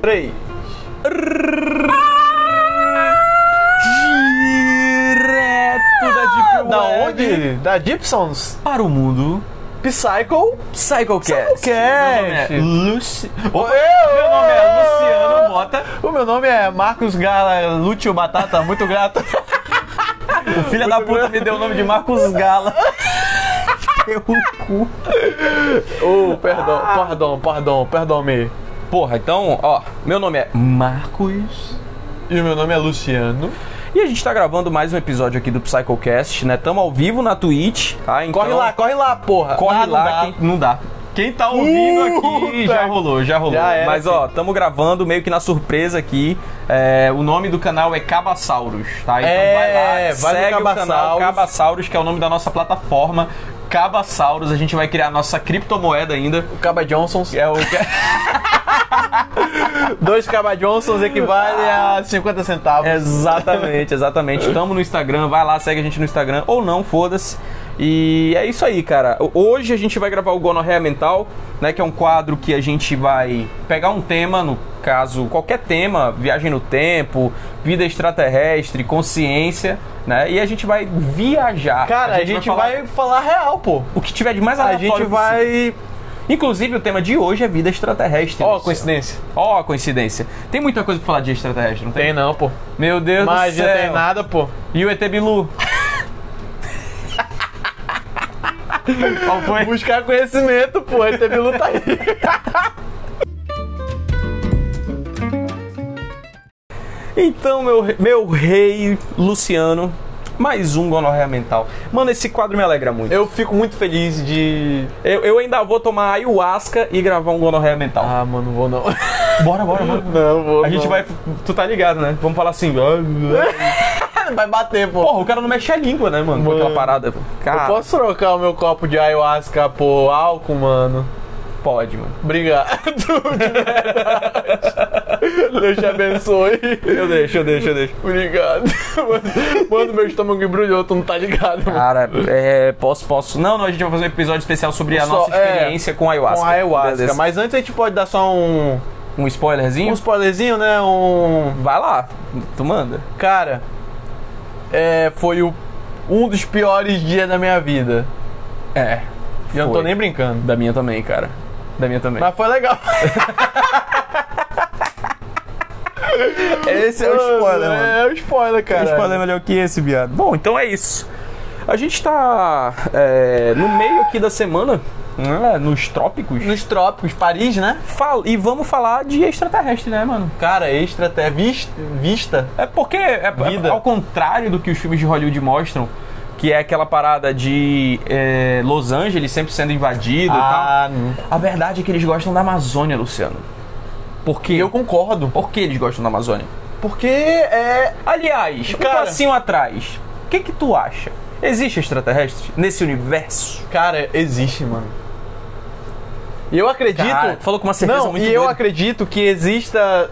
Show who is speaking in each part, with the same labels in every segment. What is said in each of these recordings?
Speaker 1: Três.
Speaker 2: Direto da Deep
Speaker 1: Ah, Da
Speaker 2: Web
Speaker 1: onde? Da Gibsons.
Speaker 2: Para o mundo.
Speaker 1: Psycho.
Speaker 2: Psychocast.
Speaker 1: Psychocast.
Speaker 2: Meu nome é Luci...
Speaker 1: Ô,
Speaker 2: Meu nome é Luciano Mota.
Speaker 1: O meu nome é Marcos Gala Lúcio Batata, muito grato.
Speaker 2: O filho da puta me deu o nome de Marcos Gala. Teu cu.
Speaker 1: Oh, perdão,
Speaker 2: Ah.
Speaker 1: perdão, perdão, perdão-me.
Speaker 2: Porra, então, ó, meu nome é Marcos.
Speaker 1: E o meu nome é Luciano.
Speaker 2: E a gente tá gravando mais um episódio aqui do Psychocast, né? Tamo ao vivo na Twitch, tá? Então,
Speaker 1: Corre lá, corre lá, porra.
Speaker 2: corre
Speaker 1: Ah, não
Speaker 2: lá,
Speaker 1: dá.
Speaker 2: quem- não dá. Quem tá ouvindo aqui
Speaker 1: Puta.
Speaker 2: já rolou, já rolou.
Speaker 1: Já era,
Speaker 2: Mas ó, tamo gravando meio que na surpresa aqui. É, o nome do canal é Cabassauros, tá? Então
Speaker 1: É,
Speaker 2: vai lá,
Speaker 1: vai no
Speaker 2: segue o canal
Speaker 1: Cabassauros.
Speaker 2: Cabassauros, que é o nome da nossa plataforma. Cabassauros, a gente vai criar a nossa criptomoeda ainda.
Speaker 1: O Caba Johnsons.
Speaker 2: que É o
Speaker 1: Dois Caba Johnsons equivale a 50 centavos.
Speaker 2: Exatamente, exatamente. Tamo no Instagram, vai lá, segue a gente no Instagram ou não, foda-se. E é isso aí, cara. O- Hoje a gente vai gravar o Gonorreia Mental, né, que é um quadro que a gente vai pegar um tema, no caso, qualquer tema, viagem no tempo, vida extraterrestre, consciência, né? E a gente vai viajar.
Speaker 1: Cara, a gente,
Speaker 2: falar
Speaker 1: vai, falar real, pô.
Speaker 2: o que tiver de mais
Speaker 1: A
Speaker 2: aleatório
Speaker 1: gente
Speaker 2: possível.
Speaker 1: vai.
Speaker 2: Inclusive o tema de hoje é vida extraterrestre.
Speaker 1: Ó,
Speaker 2: Luciano.
Speaker 1: coincidência.
Speaker 2: Ó, a coincidência. Tem muita coisa pra falar de extraterrestre, não tem?
Speaker 1: Tem não, pô.
Speaker 2: Meu Deus
Speaker 1: Mas
Speaker 2: do
Speaker 1: não
Speaker 2: céu.
Speaker 1: tem nada, pô.
Speaker 2: E o ET Bilu? Qual foi?
Speaker 1: Buscar conhecimento, pô. ET Bilu tá aí.
Speaker 2: Então, meu, re- meu rei Luciano, mais um gonorreia mental. Mano, esse quadro me alegra muito.
Speaker 1: Eu fico muito feliz de.
Speaker 2: Eu, eu ainda vou tomar ayahuasca e gravar um gonorreia mental.
Speaker 1: Ah, mano, vou não.
Speaker 2: Bora, bora, bora.
Speaker 1: Não, vou.
Speaker 2: A gente vai. Tu tá ligado, né? Vamos falar assim. ah, ah.
Speaker 1: Vai bater, pô. Ah.
Speaker 2: Porra, o cara não mexe a língua, né, mano? Com aquela
Speaker 1: Mano.
Speaker 2: parada. Cara,
Speaker 1: Eu posso trocar o meu copo de ayahuasca por álcool, mano?
Speaker 2: pode, mano.
Speaker 1: Obrigado, de verdade. Deus te abençoe.
Speaker 2: Eu deixo, eu deixo, eu deixo.
Speaker 1: Obrigado. Mano, Mano, meu estômago embrulhou, tu não tá ligado, mano.
Speaker 2: Cara, é, posso, posso. Não, não, a gente vai fazer um episódio especial sobre a
Speaker 1: Só-
Speaker 2: nossa
Speaker 1: é,
Speaker 2: experiência com ayahuasca.
Speaker 1: Com ayahuasca.
Speaker 2: Beleza.
Speaker 1: Mas antes a gente pode dar só um.
Speaker 2: Um spoilerzinho?
Speaker 1: Um spoilerzinho, né? Um.
Speaker 2: Vai lá, tu manda.
Speaker 1: Cara. É. Foi o. Um dos piores dias da minha vida.
Speaker 2: É.
Speaker 1: E eu não tô nem brincando.
Speaker 2: Da minha também, cara. Da minha também.
Speaker 1: Mas foi legal.
Speaker 2: Esse
Speaker 1: É o spoiler,
Speaker 2: É
Speaker 1: cara.
Speaker 2: um spoiler melhor que esse, viado. Bom, então é isso. A gente tá é, no meio aqui da semana, né, nos trópicos,
Speaker 1: Nos trópicos, Paris, né?
Speaker 2: Fal- e vamos falar de extraterrestre, né, mano?
Speaker 1: Cara, é extra até vista. vista.
Speaker 2: É porque, é,
Speaker 1: Vida.
Speaker 2: é- ao contrário do que os filmes de Hollywood mostram, que é aquela parada de é, Los Angeles sempre sendo invadido
Speaker 1: Ah,
Speaker 2: e tal. A verdade é que eles gostam da Amazônia, Luciano. Porque
Speaker 1: eu concordo.
Speaker 2: Por que eles gostam da Amazônia?
Speaker 1: Porque é.
Speaker 2: Aliás, um
Speaker 1: Cara.
Speaker 2: passinho atrás. O que que tu acha? Existe extraterrestre nesse universo?
Speaker 1: Cara, existe, mano. E eu acredito.
Speaker 2: Cara, falou com uma certeza
Speaker 1: Não,
Speaker 2: muito
Speaker 1: e eu
Speaker 2: doida.
Speaker 1: acredito que exista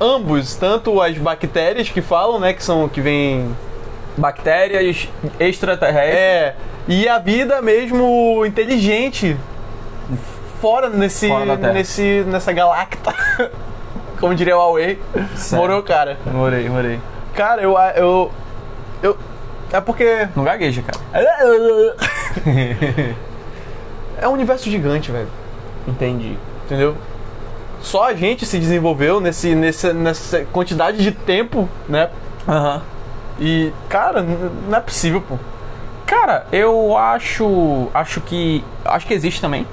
Speaker 1: ambos, tanto as bactérias que falam, né, que são que vêm
Speaker 2: Bactérias extraterrestres.
Speaker 1: é, e a vida mesmo inteligente fora nesse
Speaker 2: Fora da Terra.
Speaker 1: nesse nessa galacta. Como diria o Huawei.
Speaker 2: Sério.
Speaker 1: Morou, cara.
Speaker 2: Morei, morei.
Speaker 1: Cara, eu eu eu é porque
Speaker 2: Não gagueja, cara.
Speaker 1: é um universo gigante, velho.
Speaker 2: Entendi.
Speaker 1: entendeu? Só a gente se desenvolveu nesse, nessa, nessa quantidade de tempo, né?
Speaker 2: Aham.
Speaker 1: E, cara, n- não é possível, pô.
Speaker 2: Cara, eu acho. Acho que. Acho que existe também.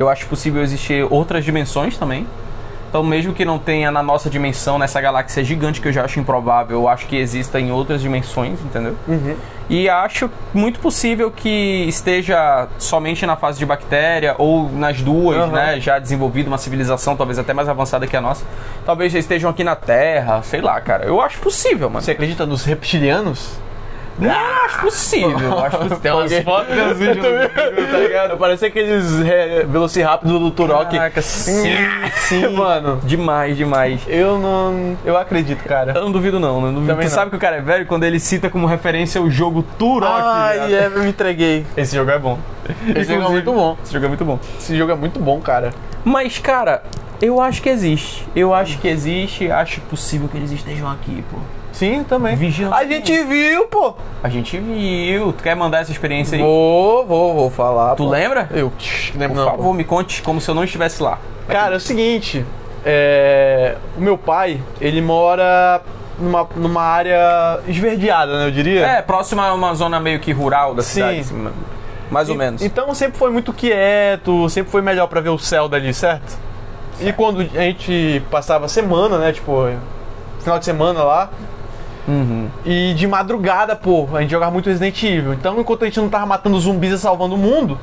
Speaker 2: Eu acho possível existir outras dimensões também. Então, mesmo que não tenha na nossa dimensão, nessa galáxia gigante que eu já acho improvável, eu acho que exista em outras dimensões, entendeu? E acho muito possível que esteja somente na fase de bactéria ou nas duas,
Speaker 1: Aham.
Speaker 2: né? Já desenvolvido uma civilização talvez até mais avançada que a nossa. Talvez já estejam aqui na Terra, sei lá, cara. Eu acho possível, mano.
Speaker 1: Você acredita nos reptilianos?
Speaker 2: Não, eu Ah, acho possível. Eu acho possível. Tem umas
Speaker 1: Porque-
Speaker 2: fotos, tem uns vídeos no
Speaker 1: tá ligado? Parece aqueles é, velociraptor do Turok.
Speaker 2: Caraca, sim.
Speaker 1: sim, mano.
Speaker 2: Demais, demais.
Speaker 1: Eu não. Eu acredito, cara.
Speaker 2: Eu não duvido não, não duvido.
Speaker 1: Também
Speaker 2: tu
Speaker 1: não.
Speaker 2: sabe que o cara é velho quando ele cita como referência o jogo Turok. tá
Speaker 1: Ai,
Speaker 2: viado.
Speaker 1: é, eu me entreguei.
Speaker 2: Esse jogo é bom.
Speaker 1: Esse jogo é muito bom.
Speaker 2: Esse jogo é muito bom.
Speaker 1: Esse jogo é muito bom, cara.
Speaker 2: Mas, cara, Eu acho que existe. Eu acho que existe. Acho possível que eles estejam aqui, pô.
Speaker 1: Sim, também.
Speaker 2: Vigilante.
Speaker 1: A gente viu, pô.
Speaker 2: A gente viu. Tu quer mandar essa experiência aí?
Speaker 1: Vou, vou, vou falar.
Speaker 2: Tu
Speaker 1: pô.
Speaker 2: lembra?
Speaker 1: Eu tch, lembro
Speaker 2: Por
Speaker 1: não.
Speaker 2: favor, me conte como se eu não estivesse lá.
Speaker 1: Cara, é o seguinte, é, o meu pai, ele mora numa, numa área esverdeada, né, eu diria.
Speaker 2: É, próximo a uma zona meio que rural da
Speaker 1: Sim.
Speaker 2: cidade. assim, Mais ou
Speaker 1: E-
Speaker 2: menos.
Speaker 1: Então sempre foi muito quieto, sempre foi melhor pra ver o céu dali, certo? E quando a gente passava a semana, né, tipo, final de semana lá,
Speaker 2: Uhum.
Speaker 1: e de madrugada, pô, a gente jogava muito Resident Evil. Então enquanto a gente não tava matando zumbis e salvando o mundo,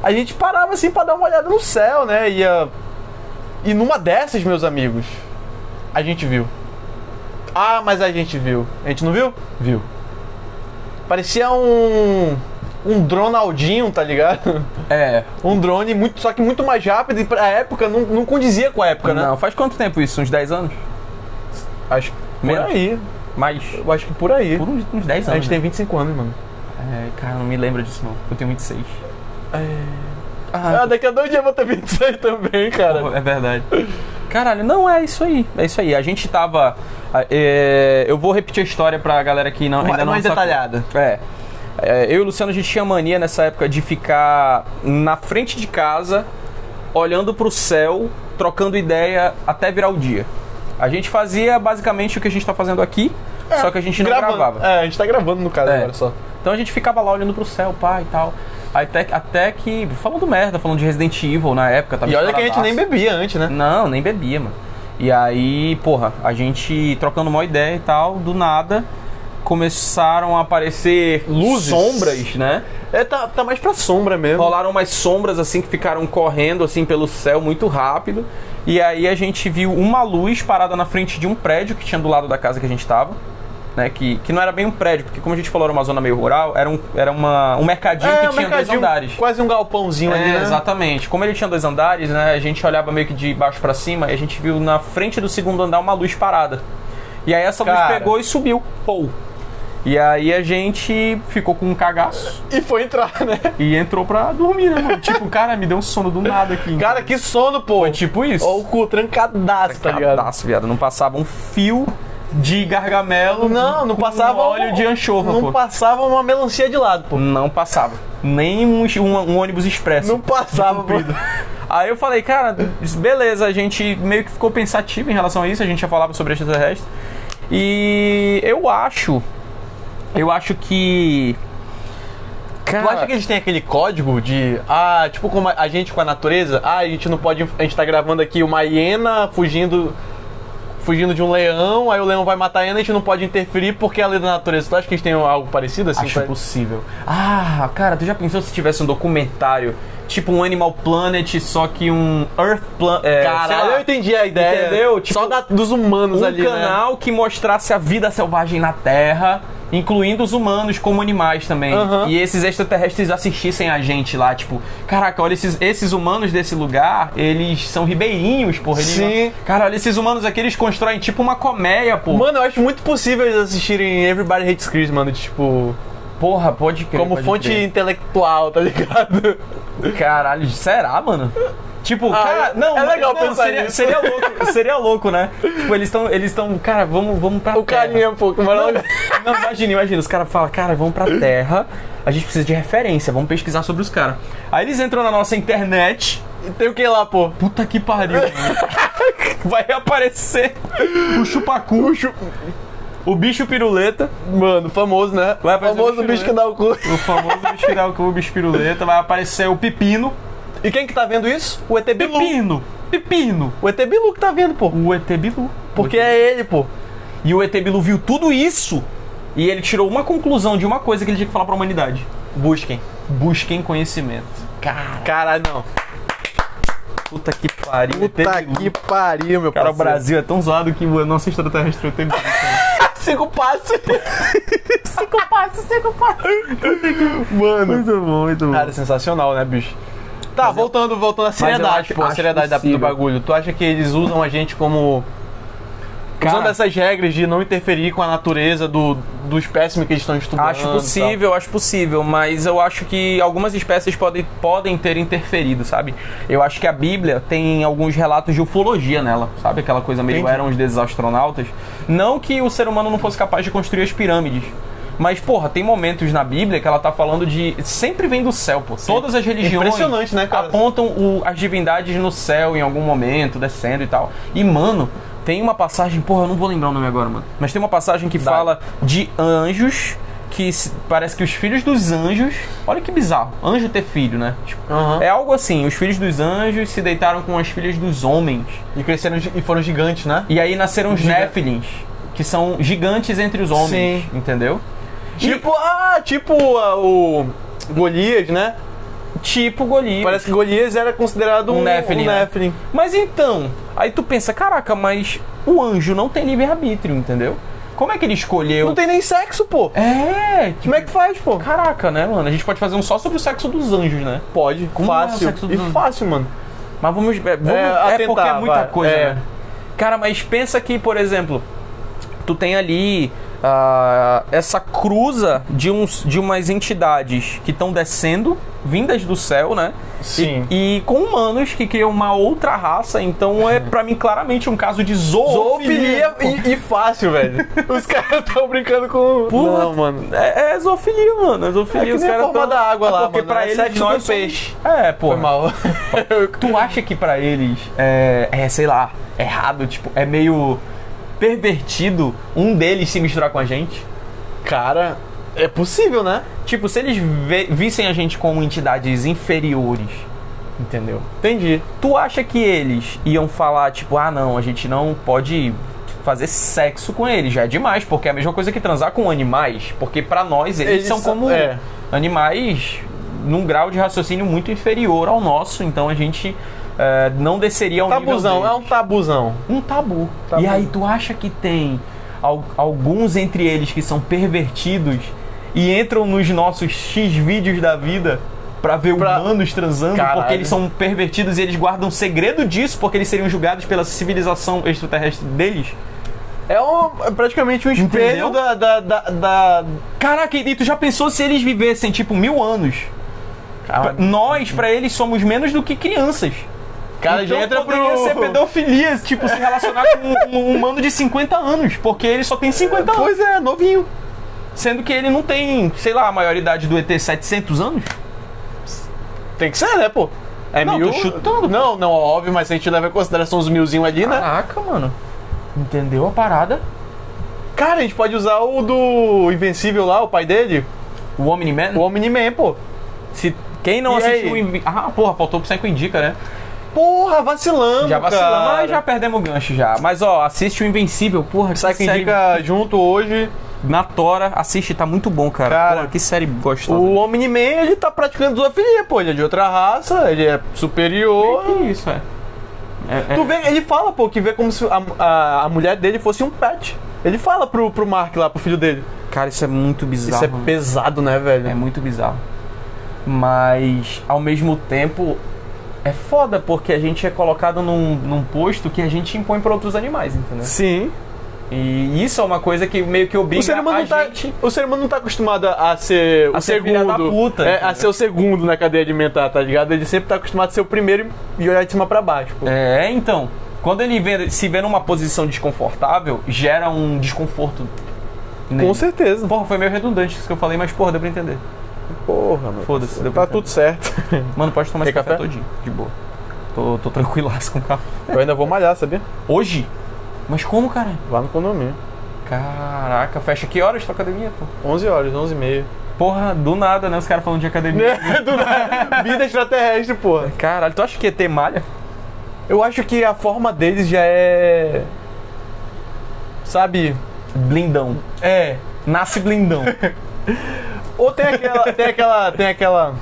Speaker 1: a gente parava assim pra dar uma olhada no céu, né, ia... E numa dessas, meus amigos, a gente viu. Ah, mas a gente viu. A gente não viu? Viu. Parecia um... Um Dronaldinho, tá ligado?
Speaker 2: É.
Speaker 1: Um drone, muito, só que muito mais rápido e pra época não, não condizia com a época, né?
Speaker 2: Não, faz quanto tempo isso? Uns 10 anos?
Speaker 1: Acho por
Speaker 2: Menos.
Speaker 1: aí.
Speaker 2: Mais.
Speaker 1: Eu acho que por aí.
Speaker 2: Por uns, uns 10 anos.
Speaker 1: A gente
Speaker 2: né?
Speaker 1: tem 25 anos, mano.
Speaker 2: É, cara, não me lembro disso não. Eu tenho 26. É.
Speaker 1: Ah, daqui a dois dias eu vou ter 26 também, cara.
Speaker 2: Porra, É verdade. Caralho, não é isso aí. É isso aí. A gente tava. a- é, eu vou repetir a história pra galera que não, ainda
Speaker 1: Mais-
Speaker 2: não
Speaker 1: mais
Speaker 2: sacou.
Speaker 1: detalhada.
Speaker 2: É. É, Eu e o Luciano, a gente tinha mania nessa época de ficar na frente de casa, olhando pro céu, trocando ideia até virar o dia. A gente fazia basicamente o que a gente tá fazendo aqui, só que a gente não
Speaker 1: É, Gravando.
Speaker 2: gravava.
Speaker 1: É, a gente tá gravando no caso
Speaker 2: É.
Speaker 1: agora só.
Speaker 2: Então a gente ficava lá olhando pro céu, pá, e tal. Até, até que. Falando merda, falando de Resident Evil na época, tava
Speaker 1: E olha que a gente nem
Speaker 2: estouradaço.
Speaker 1: bebia antes, né?
Speaker 2: Não, nem bebia, mano. E aí, porra, a gente trocando uma ideia e tal, do nada começaram a aparecer
Speaker 1: Luzes.
Speaker 2: sombras, né?
Speaker 1: É, tá, tá mais pra sombra mesmo.
Speaker 2: Rolaram umas sombras assim que ficaram correndo assim pelo céu muito rápido. E aí a gente viu uma luz parada na frente de um prédio que tinha do lado da casa que a gente tava. Né, que, que não era bem um prédio, porque como a gente falou, era uma zona meio rural, era um, era uma, um mercadinho
Speaker 1: é,
Speaker 2: que
Speaker 1: um
Speaker 2: tinha dois
Speaker 1: mercadinho,
Speaker 2: andares.
Speaker 1: Quase um galpãozinho ali,
Speaker 2: É,
Speaker 1: né?
Speaker 2: Exatamente. Como ele tinha dois andares, né? A gente olhava meio que de baixo pra cima e a gente viu na frente do segundo andar uma luz parada. E aí essa luz
Speaker 1: Cara.
Speaker 2: pegou e subiu. Pou. E aí a gente ficou com um cagaço
Speaker 1: E foi entrar, né?
Speaker 2: e entrou pra dormir, né, mano? tipo, cara, me deu um sono do nada aqui.
Speaker 1: Cara, que sono, pô.
Speaker 2: tipo isso.
Speaker 1: Ó, o cu trancadaço, tá ligado?
Speaker 2: Cagaço, viado. Não passava um fio de gargamelo.
Speaker 1: Não, não
Speaker 2: com
Speaker 1: passava.
Speaker 2: óleo de anchova,
Speaker 1: Não
Speaker 2: pô.
Speaker 1: passava uma melancia de lado, pô.
Speaker 2: Não passava. Nem um, um- um ônibus expresso.
Speaker 1: Não passava, pô.
Speaker 2: comprido. Aí eu falei, cara, beleza, a gente meio que ficou pensativo em relação a isso, a gente já falava sobre extraterrestre. E eu acho. Eu acho que. Cara,
Speaker 1: Tu acha que eles têm aquele código de. Ah, tipo como a gente com a natureza? Ah, a gente não pode. A gente tá gravando aqui uma hiena fugindo. Fugindo de um leão, aí o leão vai matar a hiena, a gente não pode interferir porque é a lei da natureza. Tu acha que eles têm algo parecido assim?
Speaker 2: Acho
Speaker 1: Pra-
Speaker 2: possível. Ah, cara, tu já pensou se tivesse um documentário? Tipo um Animal Planet, só que um Earth Planet.
Speaker 1: Caralho, eu entendi a ideia.
Speaker 2: Entendeu? Tipo,
Speaker 1: Só da- dos humanos
Speaker 2: um
Speaker 1: ali. né?
Speaker 2: canal que mostrasse a vida selvagem na Terra, incluindo os humanos como animais também.
Speaker 1: Aham.
Speaker 2: E esses extraterrestres assistissem a gente lá, tipo, caraca, olha esses, esses humanos desse lugar, eles são ribeirinhos, porra. Eles
Speaker 1: Sim.
Speaker 2: Cara, olha esses humanos aqui, eles constroem tipo uma colmeia,
Speaker 1: Né?
Speaker 2: porra.
Speaker 1: Mano, eu acho muito possível eles assistirem Everybody Hates Chris, mano. Tipo,
Speaker 2: Porra, pode crer.
Speaker 1: como
Speaker 2: pode
Speaker 1: fonte
Speaker 2: crer.
Speaker 1: intelectual, tá ligado?
Speaker 2: Caralho, será, mano? Tipo,
Speaker 1: Ah,
Speaker 2: cara,
Speaker 1: é-
Speaker 2: não,
Speaker 1: é legal
Speaker 2: não,
Speaker 1: pensar
Speaker 2: seria,
Speaker 1: nisso.
Speaker 2: seria louco, seria louco, né? Tipo, eles estão, eles estão, cara, vamos, vamos pra
Speaker 1: O
Speaker 2: terra.
Speaker 1: carinha, pô, que maravilha.
Speaker 2: Não, imagina, imagina. Os caras falam, cara, vamos pra terra, a gente precisa de referência, vamos pesquisar sobre os caras. Aí eles entram na nossa internet,
Speaker 1: Tem o que lá, pô?
Speaker 2: puta que pariu, mano. vai aparecer o chupacu, o, bicho piruleta,
Speaker 1: Mano, famoso, né?
Speaker 2: Vai fazer
Speaker 1: famoso
Speaker 2: bicho,
Speaker 1: bicho
Speaker 2: né?
Speaker 1: que dá o cu.
Speaker 2: o famoso bicho que dá o cu, o bicho piruleta, vai aparecer o pepino.
Speaker 1: E quem que tá vendo isso? O ET Bilu.
Speaker 2: Pepino! Pepino!
Speaker 1: O ET Bilu que tá vendo, pô.
Speaker 2: O ET Bilu.
Speaker 1: Porque é ele, pô.
Speaker 2: E o ET Bilu viu tudo isso e ele tirou uma conclusão de uma coisa que ele tinha que falar pra humanidade.
Speaker 1: Busquem.
Speaker 2: Busquem conhecimento. Cara,
Speaker 1: Caralho, não.
Speaker 2: puta que pariu. ET
Speaker 1: Puta
Speaker 2: Bilu.
Speaker 1: que pariu, meu
Speaker 2: Cara, o
Speaker 1: parceiro.
Speaker 2: Brasil é tão zoado que tá o nosso extraterrestre tem
Speaker 1: Cinco passos.
Speaker 2: cinco passos, cinco passos.
Speaker 1: Mano.
Speaker 2: Muito bom, muito bom.
Speaker 1: Cara, sensacional, né, bicho? Tá, voltando, voltando à seriedade,
Speaker 2: acho-
Speaker 1: pô. A
Speaker 2: acho
Speaker 1: seriedade da- do
Speaker 2: possível.
Speaker 1: bagulho. Tu acha que eles usam a gente como...
Speaker 2: Cara,
Speaker 1: Usando essas regras de não interferir com a natureza do, do espécime que eles estão estudando.
Speaker 2: Acho
Speaker 1: e
Speaker 2: possível, acho possível, mas eu acho que algumas espécies podem, podem ter interferido, sabe? Eu acho que a Bíblia tem alguns relatos de ufologia nela, sabe? Aquela coisa meio
Speaker 1: Entendi.
Speaker 2: eram os deuses astronautas. Não que o ser humano não fosse capaz de construir as pirâmides. Mas, porra, tem momentos na Bíblia que ela tá falando de. Sempre vem do céu, pô. Todas as religiões
Speaker 1: Impressionante, né, cara?
Speaker 2: apontam o- as divindades no céu em algum momento, descendo e tal. E, mano, tem uma passagem, porra, eu não vou lembrar o nome agora, mano. Mas tem uma passagem que fala de anjos. Que se- parece que os filhos dos anjos. Olha que bizarro. Anjo ter filho, né? Tipo,
Speaker 1: tal. Aham.
Speaker 2: É algo assim: os filhos dos anjos se deitaram com as filhas dos homens.
Speaker 1: E cresceram gi- e foram gigantes, né?
Speaker 2: E aí nasceram os
Speaker 1: Giga-
Speaker 2: Néfilins, que são gigantes entre os homens. Entendeu?
Speaker 1: Tipo, ah, tipo ah, o Golias, né?
Speaker 2: Tipo Golias.
Speaker 1: Parece que Golias era considerado
Speaker 2: Um
Speaker 1: um,
Speaker 2: Nephilim,
Speaker 1: um
Speaker 2: né?
Speaker 1: Nephilim.
Speaker 2: Mas então, aí tu pensa, caraca, mas o anjo não tem livre-arbítrio, entendeu? Como é que ele escolheu?
Speaker 1: Não tem nem sexo, pô.
Speaker 2: É, tipo,
Speaker 1: Como é que faz, pô?
Speaker 2: caraca, né, mano? A gente pode fazer um só sobre o sexo dos anjos, né?
Speaker 1: Pode,
Speaker 2: Como é
Speaker 1: fácil.
Speaker 2: o sexo
Speaker 1: e
Speaker 2: do-
Speaker 1: fácil, mano.
Speaker 2: Mas vamos. É, vamos- é
Speaker 1: atentar,
Speaker 2: porque é muita
Speaker 1: vai,
Speaker 2: coisa,
Speaker 1: é.
Speaker 2: né? Cara, mas pensa que, por exemplo, tu tem ali ah, essa cruza de, uns, de umas entidades que estão descendo, vindas do céu, né?
Speaker 1: Sim.
Speaker 2: E, e com humanos que criam uma outra raça, então é pra mim claramente um caso de zoofilia.
Speaker 1: Uhum. Zoofilia e, e fácil, velho. Os caras tão brincando com.
Speaker 2: Puta.
Speaker 1: Não, mano.
Speaker 2: É, é zoofilia, mano. É zoofilia.
Speaker 1: É que
Speaker 2: os
Speaker 1: nem a
Speaker 2: caras
Speaker 1: forma
Speaker 2: tão-
Speaker 1: da água
Speaker 2: é
Speaker 1: lá,
Speaker 2: porque
Speaker 1: mano.
Speaker 2: pra
Speaker 1: É
Speaker 2: eles
Speaker 1: sete
Speaker 2: nós
Speaker 1: nós
Speaker 2: somos-
Speaker 1: peixe.
Speaker 2: É, pô.
Speaker 1: Foi mal.
Speaker 2: Tu acha que pra eles é, é, sei lá, errado, tipo, é meio pervertido um deles se misturar com a gente?
Speaker 1: Cara, é possível, né?
Speaker 2: Tipo, se eles ve- vissem a gente como entidades inferiores, entendeu?
Speaker 1: Entendi.
Speaker 2: Tu acha que eles iam falar, tipo, ah não, a gente não pode fazer sexo com eles, já é demais, porque é a mesma coisa que transar com animais, porque pra nós eles,
Speaker 1: Eles
Speaker 2: são
Speaker 1: são-
Speaker 2: como
Speaker 1: é.
Speaker 2: animais num grau de raciocínio muito inferior ao nosso, então a gente eh, não desceria ao nível
Speaker 1: Tabuzão,
Speaker 2: deles
Speaker 1: é um tabuzão.
Speaker 2: um tabu.
Speaker 1: Tabu.
Speaker 2: E aí tu acha que tem al- alguns entre eles que são pervertidos e entram nos nossos X vídeos da vida pra ver
Speaker 1: Pra-
Speaker 2: humanos transando
Speaker 1: Caralho.
Speaker 2: porque eles são pervertidos e eles guardam segredo disso porque eles seriam julgados pela civilização extraterrestre deles?
Speaker 1: É, um, é praticamente um
Speaker 2: Entendeu?
Speaker 1: espelho da, da, da, da-
Speaker 2: Caraca, e tu já pensou se eles vivessem tipo mil anos? Pra-
Speaker 1: Cara,
Speaker 2: Nós, pra eles, somos menos do que crianças.
Speaker 1: cara
Speaker 2: então
Speaker 1: já entra
Speaker 2: poderia
Speaker 1: pro...
Speaker 2: ser pedofilia, tipo, se relacionar com um, um humano de 50 anos, porque ele só tem 50 anos.
Speaker 1: Pois é, novinho.
Speaker 2: Sendo que ele não tem, sei lá, a maioridade do ET 700 anos?
Speaker 1: Tem que ser, né, pô? É
Speaker 2: Não,
Speaker 1: mil...
Speaker 2: tô chutando,
Speaker 1: Não, não, óbvio, mas se a gente levar em consideração os milzinhos ali, né?
Speaker 2: Caraca, mano. Entendeu a parada?
Speaker 1: Cara, a gente pode usar o do Invencível lá, o pai dele,
Speaker 2: O Omni-Man?
Speaker 1: o Omni-Man, pô.
Speaker 2: Se... Quem não
Speaker 1: E
Speaker 2: assistiu...
Speaker 1: aí?
Speaker 2: Invi- Ah, porra, faltou pro 5 Indica, né?
Speaker 1: Porra, vacilamos,
Speaker 2: Já vacilamos,
Speaker 1: cara.
Speaker 2: mas já perdemos o gancho já. Mas, ó, assiste o Invencível, porra.
Speaker 1: Sai que
Speaker 2: série
Speaker 1: indica junto hoje.
Speaker 2: Na tora, assiste, tá muito bom, cara.
Speaker 1: Cara,
Speaker 2: Porra, que série gostosa.
Speaker 1: O Omni-Man, ele tá praticando zoofilia, pô. Ele é de outra raça, ele é superior.
Speaker 2: Que isso, é? É- é-
Speaker 1: Tu vê, ele fala, pô, que vê como se a, a, a mulher dele fosse um pet. Ele fala pro, pro Mark lá, pro filho dele.
Speaker 2: Cara, isso é muito
Speaker 1: Isso
Speaker 2: bizarro.
Speaker 1: é pesado, né, velho?
Speaker 2: É muito bizarro. Mas, ao mesmo tempo, é foda porque a gente é colocado num, num posto que a gente impõe pra outros animais, entendeu?
Speaker 1: Sim.
Speaker 2: E isso é uma coisa que meio que obriga
Speaker 1: O ser, humano
Speaker 2: a
Speaker 1: não tá,
Speaker 2: gente...
Speaker 1: o ser humano não tá acostumado a ser o
Speaker 2: A ser filha
Speaker 1: segundo.
Speaker 2: da puta,
Speaker 1: é,
Speaker 2: entendeu?
Speaker 1: a ser o segundo na cadeia alimentar, tá ligado? Ele sempre tá acostumado a ser o primeiro e olhar de cima pra baixo. Pô.
Speaker 2: É, então, quando ele vê- se vê numa posição desconfortável, gera um desconforto nele.
Speaker 1: Com certeza.
Speaker 2: Porra, foi meio redundante isso que eu falei, mas porra, deu pra entender.
Speaker 1: Porra, mano.
Speaker 2: Foda-se, deu pra
Speaker 1: Tá
Speaker 2: entender.
Speaker 1: tudo certo.
Speaker 2: Mano, pode tomar esse
Speaker 1: Quer
Speaker 2: café,
Speaker 1: café?
Speaker 2: todinho, de boa. Tô, tô tranquilaço com o café.
Speaker 1: Eu ainda vou malhar, sabia?
Speaker 2: Hoje? Mas como, cara?
Speaker 1: Lá no condomínio.
Speaker 2: Caraca, fecha que horas tua academia, pô?
Speaker 1: 11 horas, 11 e meia.
Speaker 2: Porra, do nada, né? Os caras falando de academia.
Speaker 1: É, Do nada. Vida extraterrestre, porra.
Speaker 2: Caralho, tu acha que ia ter malha?
Speaker 1: Eu acho que a forma deles já é. Sabe?
Speaker 2: Blindão.
Speaker 1: É.
Speaker 2: Nasce blindão.
Speaker 1: Ou tem aquela. tem aquela. Tem aquela.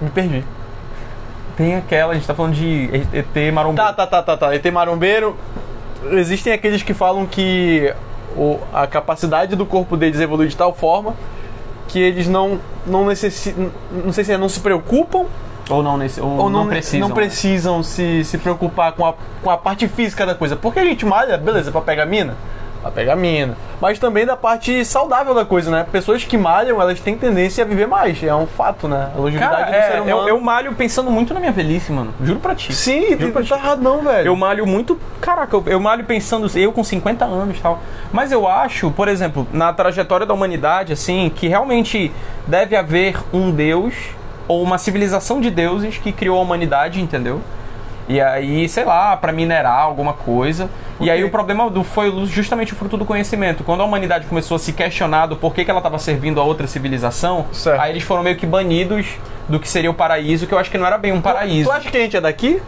Speaker 1: Me perdi.
Speaker 2: Tem aquela, a gente tá falando de ET marombeiro.
Speaker 1: Tá, tá, tá, tá, tá. E tem marombeiro. Existem aqueles que falam que o- a capacidade do corpo deles evolui de tal forma que eles não não necessi- não sei se é, não se preocupam
Speaker 2: Ou não, nesse, ou,
Speaker 1: ou
Speaker 2: não, precisam.
Speaker 1: não precisam se, se preocupar com a, com a parte física da coisa. Porque a gente malha, beleza, pra pegar mina? Pra pegar mina. Mas também da parte saudável da coisa, né? Pessoas que malham, elas têm tendência a viver mais. É um fato, né? A longevidade
Speaker 2: Cara,
Speaker 1: do ser
Speaker 2: é,
Speaker 1: humano.
Speaker 2: eu, eu malho pensando muito na minha velhice, mano. Juro pra ti.
Speaker 1: Sim,
Speaker 2: Juro
Speaker 1: não
Speaker 2: pra ti.
Speaker 1: tá errado não, velho.
Speaker 2: Eu malho muito. Caraca, eu, eu malho pensando, eu com 50 anos e tal. Mas eu acho, por exemplo, na trajetória da humanidade, assim, que realmente deve haver um Deus ou uma civilização de deuses que criou a humanidade, entendeu? E aí, sei lá, pra minerar alguma coisa. E aí
Speaker 1: Ok.
Speaker 2: o problema do, foi justamente o fruto do conhecimento. Quando a humanidade começou a se questionar do porquê que ela estava servindo a outra civilização,
Speaker 1: Certo.
Speaker 2: aí eles foram meio que banidos do que seria o paraíso, que eu acho que não era bem um paraíso.
Speaker 1: Tu acha que a gente é daqui?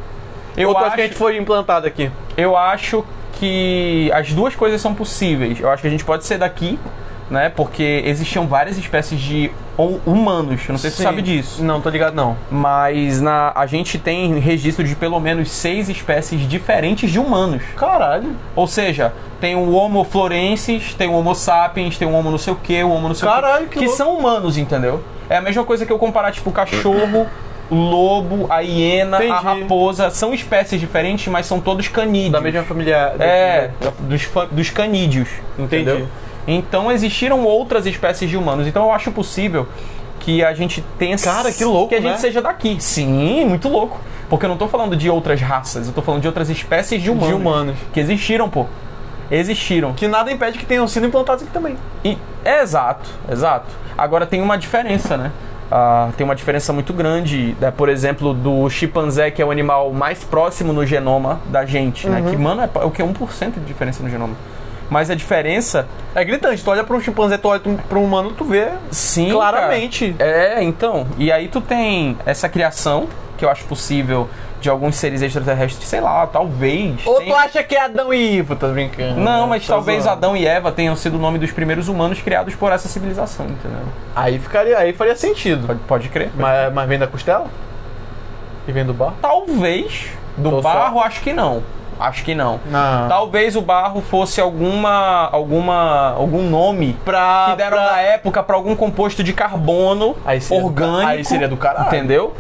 Speaker 2: eu
Speaker 1: Ou tu acha que a gente foi implantado aqui?
Speaker 2: eu acho que as duas coisas são possíveis. Eu acho que a gente pode ser daqui, né? Porque existiam várias espécies de hum- humanos. Eu não sei se você
Speaker 1: Sim.
Speaker 2: sabe disso.
Speaker 1: Não, tô ligado não.
Speaker 2: Mas na, a gente tem registro de pelo menos seis espécies diferentes de humanos.
Speaker 1: Caralho.
Speaker 2: Ou seja, tem o Homo florensis, tem o Homo sapiens, tem o Homo não sei o que, o Homo não sei
Speaker 1: Caralho,
Speaker 2: o
Speaker 1: que
Speaker 2: que
Speaker 1: louco.
Speaker 2: são humanos, entendeu? É a mesma coisa que eu comparar, tipo, o cachorro, o lobo, a hiena, a
Speaker 1: Entendi.
Speaker 2: raposa. São espécies diferentes, mas são todos canídeos.
Speaker 1: Da mesma familiar.
Speaker 2: É, dos, fa- dos canídeos, entendeu?
Speaker 1: Entendi.
Speaker 2: Então existiram outras espécies de humanos. Então eu acho possível que a gente tenha.
Speaker 1: Cara, que louco,
Speaker 2: Que a gente
Speaker 1: né?
Speaker 2: seja daqui. Sim, muito louco. Porque eu não tô falando de outras raças, eu tô falando de outras espécies de humanos.
Speaker 1: De humanos.
Speaker 2: Que existiram, pô. Existiram.
Speaker 1: Que nada impede que tenham sido implantados aqui também.
Speaker 2: E- é exato, exato. Agora tem uma diferença, né? Ah, tem uma diferença muito grande, né, por exemplo, do chimpanzé, que é o animal mais próximo no genoma da gente, né? Que, mano, é pa- o que? 1% de diferença no genoma. Mas a diferença,
Speaker 1: É gritante. Tu olha pra um chimpanzé, tu olha pra um humano, tu vê
Speaker 2: sim. cara.
Speaker 1: claramente.
Speaker 2: É, então. E aí tu tem essa criação, que eu acho possível, de alguns seres extraterrestres, sei lá, talvez.
Speaker 1: Ou
Speaker 2: tenha-
Speaker 1: tu acha que é Adão e Ivo? Tá brincando.
Speaker 2: Não, mas
Speaker 1: Tô
Speaker 2: talvez
Speaker 1: zoando.
Speaker 2: Adão e Eva tenham sido o nome dos primeiros humanos criados por essa civilização, entendeu?
Speaker 1: Aí ficaria, aí faria sentido.
Speaker 2: Pode, pode crer.
Speaker 1: Mas, mas vem da costela? E vem do bar?
Speaker 2: Talvez. Do
Speaker 1: Tô
Speaker 2: barro, Tá acho que não. Acho que não.
Speaker 1: Não.
Speaker 2: Talvez o barro fosse alguma. alguma. algum nome
Speaker 1: Pra.
Speaker 2: que deram
Speaker 1: pra-
Speaker 2: na época pra algum composto de carbono
Speaker 1: Aí seria do ca-
Speaker 2: orgânico.
Speaker 1: aí seria do caralho.
Speaker 2: Entendeu?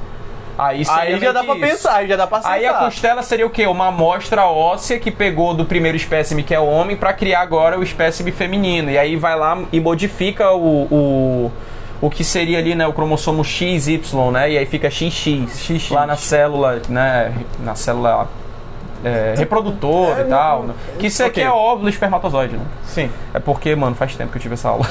Speaker 2: Aí, seria
Speaker 1: Aí já
Speaker 2: meio
Speaker 1: dá
Speaker 2: que
Speaker 1: pra
Speaker 2: isso.
Speaker 1: pensar, aí já dá pra aceitar.
Speaker 2: Aí a costela seria o quê? Uma amostra óssea que pegou do primeiro espécime que é o homem pra criar agora o espécime feminino. E aí vai lá e modifica o, o, o que seria ali, né? O cromossomo XY, né? E aí fica XX,
Speaker 1: XX.
Speaker 2: lá na célula, né? Na célula é, reprodutora
Speaker 1: É,
Speaker 2: e tal.
Speaker 1: não-
Speaker 2: Que isso aqui
Speaker 1: Ok.
Speaker 2: é óvulo e espermatozoide, né?
Speaker 1: Sim.
Speaker 2: É porque, mano, faz tempo que eu tive essa aula.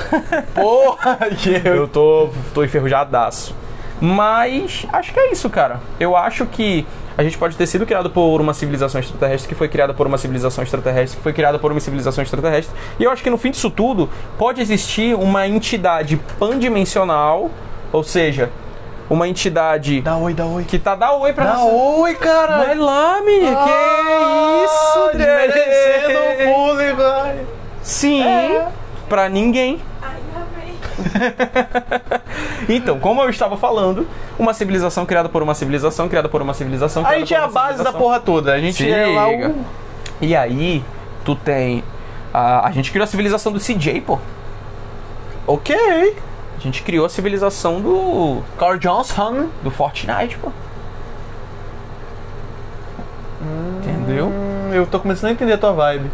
Speaker 1: Porra, que eu.
Speaker 2: Eu tô, tô enferrujadaço. Mas acho que é isso, cara. Eu acho que a gente pode ter sido criado por uma civilização extraterrestre que foi criada por uma civilização extraterrestre que foi criada por uma civilização extraterrestre. E eu acho que no fim disso tudo pode existir uma entidade pandimensional, ou seja, uma entidade
Speaker 1: Dá oi, dá oi.
Speaker 2: que tá dá oi pra
Speaker 1: Dá
Speaker 2: você.
Speaker 1: oi, cara.
Speaker 2: Vai lá, menino. que isso, Dre?
Speaker 1: Desmerecendo o público. ai.
Speaker 2: Sim, pra ninguém.
Speaker 3: Ai, amei.
Speaker 2: Então, como eu estava falando, uma civilização criada por uma civilização, criada por uma civilização.
Speaker 1: A
Speaker 2: criada
Speaker 1: gente
Speaker 2: por
Speaker 1: é a
Speaker 2: uma
Speaker 1: base da
Speaker 2: civilização.
Speaker 1: porra toda. A gente
Speaker 2: Se
Speaker 1: é lá
Speaker 2: liga.
Speaker 1: o.
Speaker 2: E aí, tu tem. A, a gente criou a civilização do CJ, pô.
Speaker 1: Ok.
Speaker 2: A gente criou a civilização do.
Speaker 1: Carl Johnson.
Speaker 2: do Fortnite, pô. Entendeu?
Speaker 1: Hum, eu tô começando a entender a tua vibe.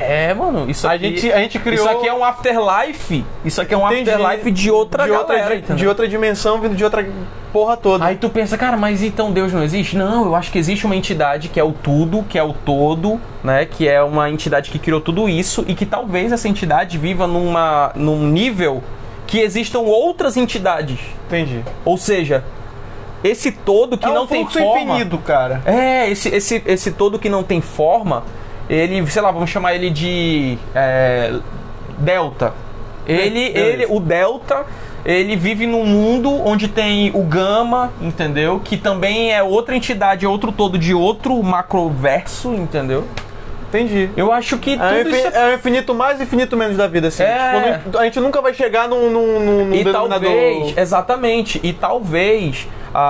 Speaker 2: É, mano, isso
Speaker 1: A
Speaker 2: aqui.
Speaker 1: gente, a gente criou.
Speaker 2: Isso aqui é um afterlife. Isso aqui é um
Speaker 1: Entendi.
Speaker 2: afterlife de outra
Speaker 1: de outra, di-
Speaker 2: galera,
Speaker 1: de,
Speaker 2: entendeu?
Speaker 1: outra dimensão vindo de outra porra toda.
Speaker 2: Aí tu pensa, cara, mas então Deus não existe? Não, eu acho que existe uma entidade que é o tudo, que é o todo, né? Que é uma entidade que criou tudo isso e que talvez essa entidade viva numa, num nível que existam outras entidades.
Speaker 1: Entendi.
Speaker 2: Ou seja, esse todo que
Speaker 1: é
Speaker 2: não
Speaker 1: um
Speaker 2: tem
Speaker 1: fluxo
Speaker 2: forma.
Speaker 1: infinito, cara.
Speaker 2: É, esse, esse, esse todo que não tem forma, ele, sei lá, vamos chamar ele de. é, delta. Ele,
Speaker 1: Beleza.
Speaker 2: ele, o Delta, ele vive num mundo onde tem o Gama, entendeu? Que também é outra entidade, é outro todo de outro macroverso, entendeu?
Speaker 1: Entendi.
Speaker 2: Eu acho que
Speaker 1: É, o
Speaker 2: tudo
Speaker 1: infin-
Speaker 2: isso
Speaker 1: é
Speaker 2: é...
Speaker 1: o infinito mais e infinito menos da vida, assim.
Speaker 2: É.
Speaker 1: Tipo, não- a gente nunca vai chegar num, num, num, num
Speaker 2: E
Speaker 1: um denominador.
Speaker 2: talvez, exatamente, e talvez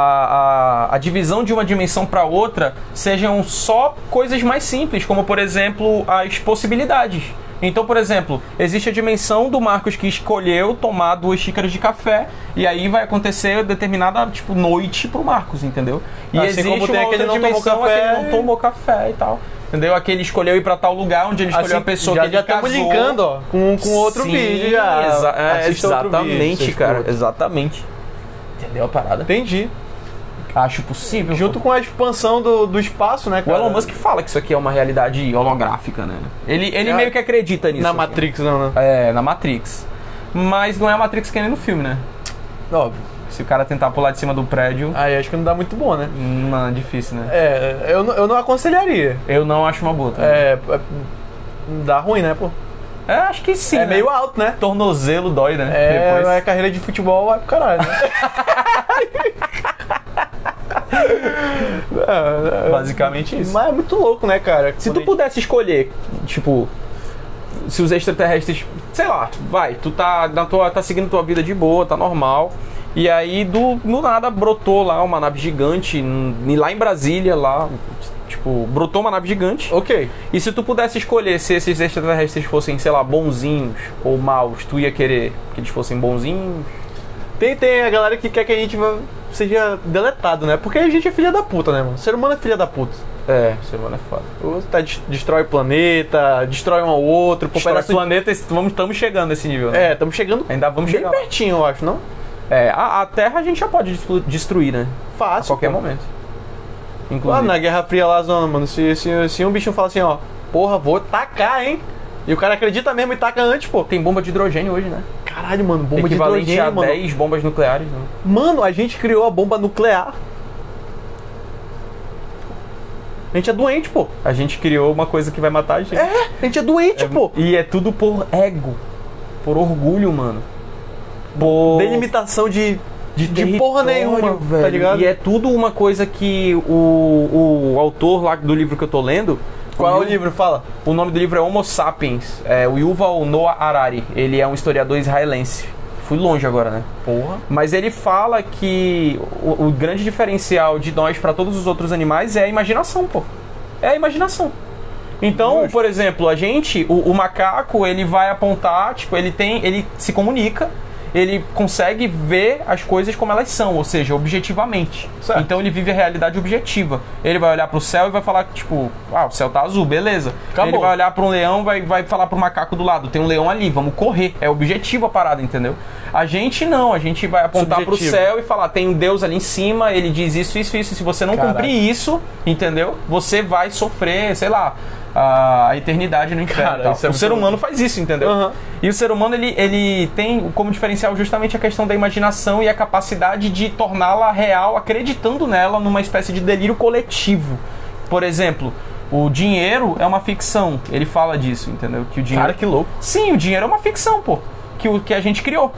Speaker 2: a, a, a divisão de uma dimensão para outra sejam só coisas mais simples, como por exemplo as possibilidades. Então, por exemplo, existe a dimensão do Marcos que escolheu tomar duas xícaras de café e aí vai acontecer determinada, tipo, noite pro Marcos, entendeu? E
Speaker 1: Assim
Speaker 2: existe
Speaker 1: como tem
Speaker 2: uma
Speaker 1: aquele
Speaker 2: outra
Speaker 1: não tomou
Speaker 2: dimensão,
Speaker 1: café.
Speaker 2: aquele não tomou café e tal. Entendeu? Aquele escolheu ir pra tal lugar onde ele escolheu
Speaker 1: Assim,
Speaker 2: a pessoa
Speaker 1: já,
Speaker 2: que ele
Speaker 1: já
Speaker 2: casou.
Speaker 1: estamos linkando, ó, com, com outro
Speaker 2: Sim,
Speaker 1: vídeo já.
Speaker 2: exa- é,
Speaker 1: Assista outro vídeo,
Speaker 2: exatamente,
Speaker 1: assista
Speaker 2: cara.
Speaker 1: outro.
Speaker 2: Exatamente. Entendeu a parada?
Speaker 1: Entendi.
Speaker 2: Acho possível.
Speaker 1: Junto
Speaker 2: pô.
Speaker 1: com a expansão do, do espaço, né,
Speaker 2: o
Speaker 1: cara?
Speaker 2: Elon Musk fala que isso aqui é uma realidade holográfica, né? Ele, ele
Speaker 1: É.
Speaker 2: meio que acredita nisso.
Speaker 1: Na
Speaker 2: aqui.
Speaker 1: Matrix, não, né?
Speaker 2: É, na Matrix. Mas não é a Matrix que nem no filme, né?
Speaker 1: Óbvio.
Speaker 2: Se o cara tentar pular de cima do prédio,
Speaker 1: Aí acho que não dá muito bom, né?
Speaker 2: não, difícil, né?
Speaker 1: É, eu, não- eu não aconselharia.
Speaker 2: Eu não acho uma boa. tá?
Speaker 1: É, é, dá ruim, né, pô?
Speaker 2: É, acho que sim.
Speaker 1: é
Speaker 2: né?
Speaker 1: meio alto, né?
Speaker 2: tornozelo dói, né?
Speaker 1: É,
Speaker 2: Depois.
Speaker 1: é carreira de futebol vai pro caralho. Né? É, é,
Speaker 2: Basicamente isso.
Speaker 1: Mas é muito louco, né, cara?
Speaker 2: Se tu
Speaker 1: Quando
Speaker 2: pudesse escolher, tipo, se os extraterrestres, sei lá, vai, tu tá na tua, tá seguindo tua vida de boa, tá normal. E aí do no nada brotou lá uma nave gigante n- lá em Brasília lá, tipo, brotou uma nave gigante.
Speaker 1: a gente- Ok.
Speaker 2: E se tu pudesse escolher se esses extraterrestres fossem, sei lá, bonzinhos ou maus, tu ia querer que eles fossem bonzinhos?
Speaker 1: Tem, tem a galera que quer que a gente vá- seja deletado, né? Porque a gente é filha da puta, né, mano? O ser humano é filha da puta.
Speaker 2: É, ser humano é foda.
Speaker 1: O- Tá, des- destrói o planeta, destrói um ao outro, pô,
Speaker 2: Destrói o
Speaker 1: pedaço de-
Speaker 2: planeta, estamos tamo chegando nesse nível, né?
Speaker 1: É, estamos chegando
Speaker 2: Ainda vamos
Speaker 1: bem
Speaker 2: chegar lá.
Speaker 1: pertinho, eu acho, não?
Speaker 2: É, a, a Terra a gente já pode destru- destruir, né? A
Speaker 1: Fácil.
Speaker 2: qualquer
Speaker 1: pô.
Speaker 2: momento.
Speaker 1: Lá
Speaker 2: Inclusive.
Speaker 1: na Guerra Fria lá, zona, mano, se, se, se um bichinho fala assim, ó, porra, vou tacar, hein? E o cara acredita mesmo e taca antes, pô.
Speaker 2: Tem bomba de hidrogênio hoje, né?
Speaker 1: Caralho, mano, bomba de
Speaker 2: Equivalente a
Speaker 1: hidrogênio, mano.
Speaker 2: 10 bombas nucleares. Né?
Speaker 1: Mano, a gente criou a bomba nuclear. A gente é doente, pô.
Speaker 2: A gente criou uma coisa que vai matar a gente.
Speaker 1: É, a gente é doente, pô.
Speaker 2: E é tudo por ego. Por orgulho, mano. Por...
Speaker 1: Delimitação de.
Speaker 2: de,
Speaker 1: de porra
Speaker 2: território,
Speaker 1: nenhuma, tá ligado?
Speaker 2: E é tudo uma coisa que o, o autor lá do livro que eu tô lendo...
Speaker 1: Qual é o
Speaker 2: Yu-
Speaker 1: livro? Fala.
Speaker 2: O nome do livro é Homo Sapiens. É o Yuval Noah Harari. Ele é um historiador israelense. Fui longe agora, né?
Speaker 1: Porra.
Speaker 2: Mas ele fala que o, o grande diferencial de nós para todos os outros animais é a imaginação, pô. É a imaginação. Então,
Speaker 1: Justo.
Speaker 2: por exemplo, a gente, o, o macaco, ele vai apontar, tipo, ele tem, ele se comunica, ele consegue ver as coisas como elas são, ou seja, objetivamente.
Speaker 1: Certo.
Speaker 2: Então ele vive a realidade objetiva. Ele vai olhar pro céu e vai falar tipo, ah, o céu tá azul, beleza.
Speaker 1: Acabou.
Speaker 2: Ele vai olhar para um leão, vai vai falar pro macaco do lado, tem um leão ali, vamos correr. É objetivo a parada, entendeu? A gente não, a gente vai apontar pro
Speaker 1: Subjetivo.
Speaker 2: céu céu e falar: tem um Deus ali em cima, ele diz isso, isso, isso. Se você não
Speaker 1: Caraca.
Speaker 2: cumprir isso, entendeu? Você vai sofrer, sei lá, a eternidade no inferno.
Speaker 1: Cara,
Speaker 2: e tal.
Speaker 1: isso é
Speaker 2: o
Speaker 1: muito
Speaker 2: ser
Speaker 1: louco.
Speaker 2: humano faz isso, entendeu?
Speaker 1: Aham.
Speaker 2: E o ser humano, ele, ele tem como diferencial justamente a questão da imaginação e a capacidade de torná-la real, acreditando nela numa espécie de delírio coletivo. Por exemplo. O dinheiro é uma ficção. Ele fala disso, entendeu? Que o dinheiro
Speaker 1: Cara, que louco.
Speaker 2: Sim, o dinheiro é uma ficção, pô. Que, o, que a gente criou.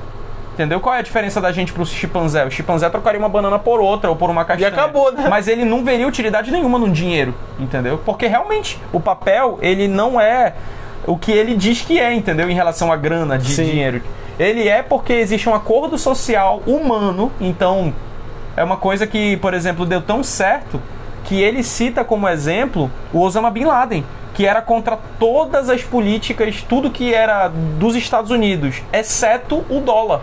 Speaker 2: Entendeu? Qual é a diferença da gente pro chimpanzé? O chimpanzé trocaria uma banana por outra ou por uma castanha.
Speaker 1: acabou, né?
Speaker 2: Mas ele não veria utilidade nenhuma no dinheiro, entendeu? Porque realmente o papel, ele não é o que ele diz que é, entendeu? Em relação à grana de
Speaker 1: Sim.
Speaker 2: dinheiro. Ele é porque existe um acordo social humano, então é uma coisa que, por exemplo, deu tão certo que ele cita como exemplo o Osama Bin Laden, que era contra todas as políticas, tudo que era dos Estados Unidos, exceto o dólar.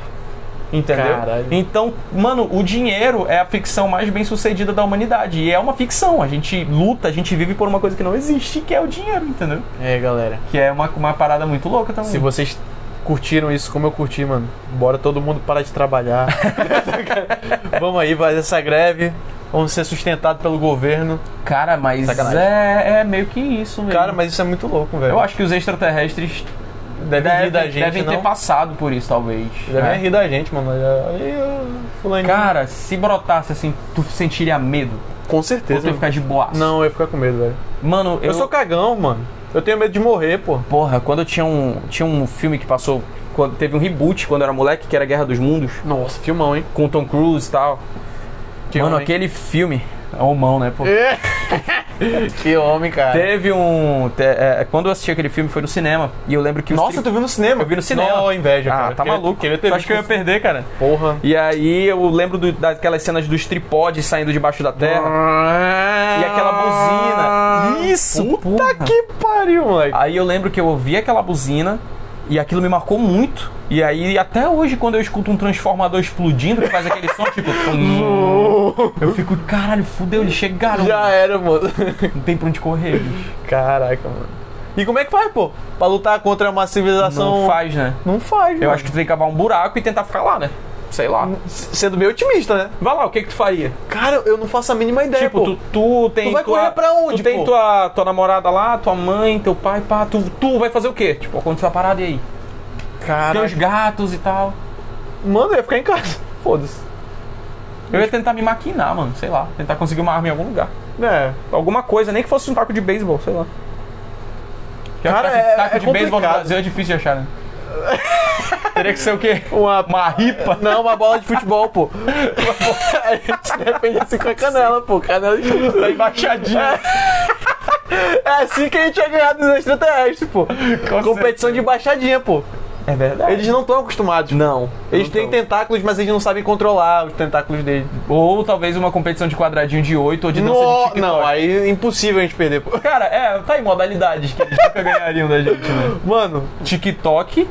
Speaker 2: Entendeu?
Speaker 1: Caralho.
Speaker 2: Então, mano, o dinheiro é a ficção mais bem sucedida da humanidade. E é uma ficção. A gente luta, a gente vive por uma coisa que não existe, que é o dinheiro, entendeu?
Speaker 1: É, galera.
Speaker 2: Que é uma, uma parada muito louca também.
Speaker 1: Se vocês curtiram isso como eu curti, mano, bora todo mundo parar de trabalhar. Vamos aí, fazer essa greve. Vamos ser sustentados pelo governo.
Speaker 2: Cara, mas
Speaker 1: Sacanagem.
Speaker 2: é, é meio que isso, velho.
Speaker 1: Cara, mas isso é muito louco, velho.
Speaker 2: Eu acho que os extraterrestres
Speaker 1: Devem rir da gente,
Speaker 2: devem ter
Speaker 1: não?
Speaker 2: passado por isso, talvez.
Speaker 1: Devem
Speaker 2: né?
Speaker 1: rir da gente, mano. Aí, ó, fulaninho.
Speaker 2: Cara, se brotasse assim, tu sentiria medo.
Speaker 1: com
Speaker 2: Ou
Speaker 1: certeza.
Speaker 2: tu ia
Speaker 1: mano.
Speaker 2: ficar de boaço.
Speaker 1: Não, eu ia ficar com medo, velho.
Speaker 2: Mano, eu,
Speaker 1: Eu... sou cagão, mano. Eu tenho medo de morrer, pô.
Speaker 2: Porra, quando eu tinha um. Tinha um filme que passou. Quando, teve um reboot quando eu era moleque, que era Guerra dos Mundos,
Speaker 1: Nossa, filmão, hein?
Speaker 2: com o Tom Cruise e tal.
Speaker 1: Que
Speaker 2: Mano,
Speaker 1: homem.
Speaker 2: aquele filme. É homão, né, um pô?
Speaker 1: É. Que homem, cara.
Speaker 2: Teve um. te- é, quando eu assisti aquele filme foi no cinema. E eu lembro que os
Speaker 1: Nossa,
Speaker 2: tri-
Speaker 1: tu viu no cinema?
Speaker 2: eu vi no cinema.
Speaker 1: Não, inveja,
Speaker 2: ah,
Speaker 1: cara.
Speaker 2: tá
Speaker 1: Queria-
Speaker 2: maluco.
Speaker 1: Queria ter
Speaker 2: Tu acha
Speaker 1: visto
Speaker 2: que eu ia
Speaker 1: isso.
Speaker 2: perder, cara?
Speaker 1: Porra.
Speaker 2: E aí eu lembro do- daquelas cenas dos tripodes saindo debaixo da terra. E aquela buzina. Ah,
Speaker 1: Isso,
Speaker 2: puta
Speaker 1: Que pariu, moleque.
Speaker 2: Aí eu lembro que eu ouvi aquela buzina e aquilo me marcou muito. E aí, até hoje, quando eu escuto um transformador explodindo, que faz aquele som, tipo. tum, eu fico, caralho, fudeu, eles chegaram.
Speaker 1: Já era, mano.
Speaker 2: Não tem pra onde correr, bicho.
Speaker 1: Caraca, mano. E como é que faz, pô? Pra lutar contra uma civilização.
Speaker 2: Não faz, né?
Speaker 1: Não faz,
Speaker 2: Eu acho que tu tem que cavar um buraco e tentar ficar lá, né? Sei lá.
Speaker 1: Sendo bem otimista, né?
Speaker 2: Vai lá, o que que tu faria?
Speaker 1: Cara, eu não faço a mínima ideia,
Speaker 2: tipo,
Speaker 1: É, pô.
Speaker 2: tu, tu tem
Speaker 1: Tu vai
Speaker 2: tua,
Speaker 1: correr pra onde,
Speaker 2: Tu tem
Speaker 1: pô?
Speaker 2: tua, tua namorada lá, tua mãe, teu pai, pá. Tu, tu vai fazer o quê? Tipo, aconteceu a parada e aí? Tem
Speaker 1: Cara,
Speaker 2: os gatos e tal.
Speaker 1: mano, eu ia ficar em casa. Foda-se.
Speaker 2: Eu ia tentar me maquinar, mano, sei lá. Tentar conseguir uma arma em algum lugar.
Speaker 1: É.
Speaker 2: Alguma coisa, nem que fosse um taco de beisebol, sei lá. Pior que
Speaker 1: Cara,
Speaker 2: taco,
Speaker 1: é-
Speaker 2: taco
Speaker 1: é
Speaker 2: de beisebol no
Speaker 1: complicado.
Speaker 2: Brasil é difícil de achar, né? Teria que ser o quê?
Speaker 1: Uma.
Speaker 2: Uma ripa?
Speaker 1: Não, uma bola de futebol, pô. a gente defende assim com a canela, pô. Canela de
Speaker 2: Tá embaixadinha.
Speaker 1: É assim que a gente ia ganhar dos extraterrestres, pô. Competição de baixadinha, pô.
Speaker 2: É verdade.
Speaker 1: Eles não estão acostumados. Não. Eles
Speaker 2: não
Speaker 1: têm
Speaker 2: tão.
Speaker 1: tentáculos, mas eles não sabem controlar os tentáculos deles.
Speaker 2: Ou talvez uma competição de quadradinho de 8 ou de dança de
Speaker 1: No...
Speaker 2: TikTok.
Speaker 1: Não, aí é impossível a gente perder, pô.
Speaker 2: Cara, é, tá em modalidades que eles nunca ganhariam da gente, né?
Speaker 1: Mano,
Speaker 2: TikTok,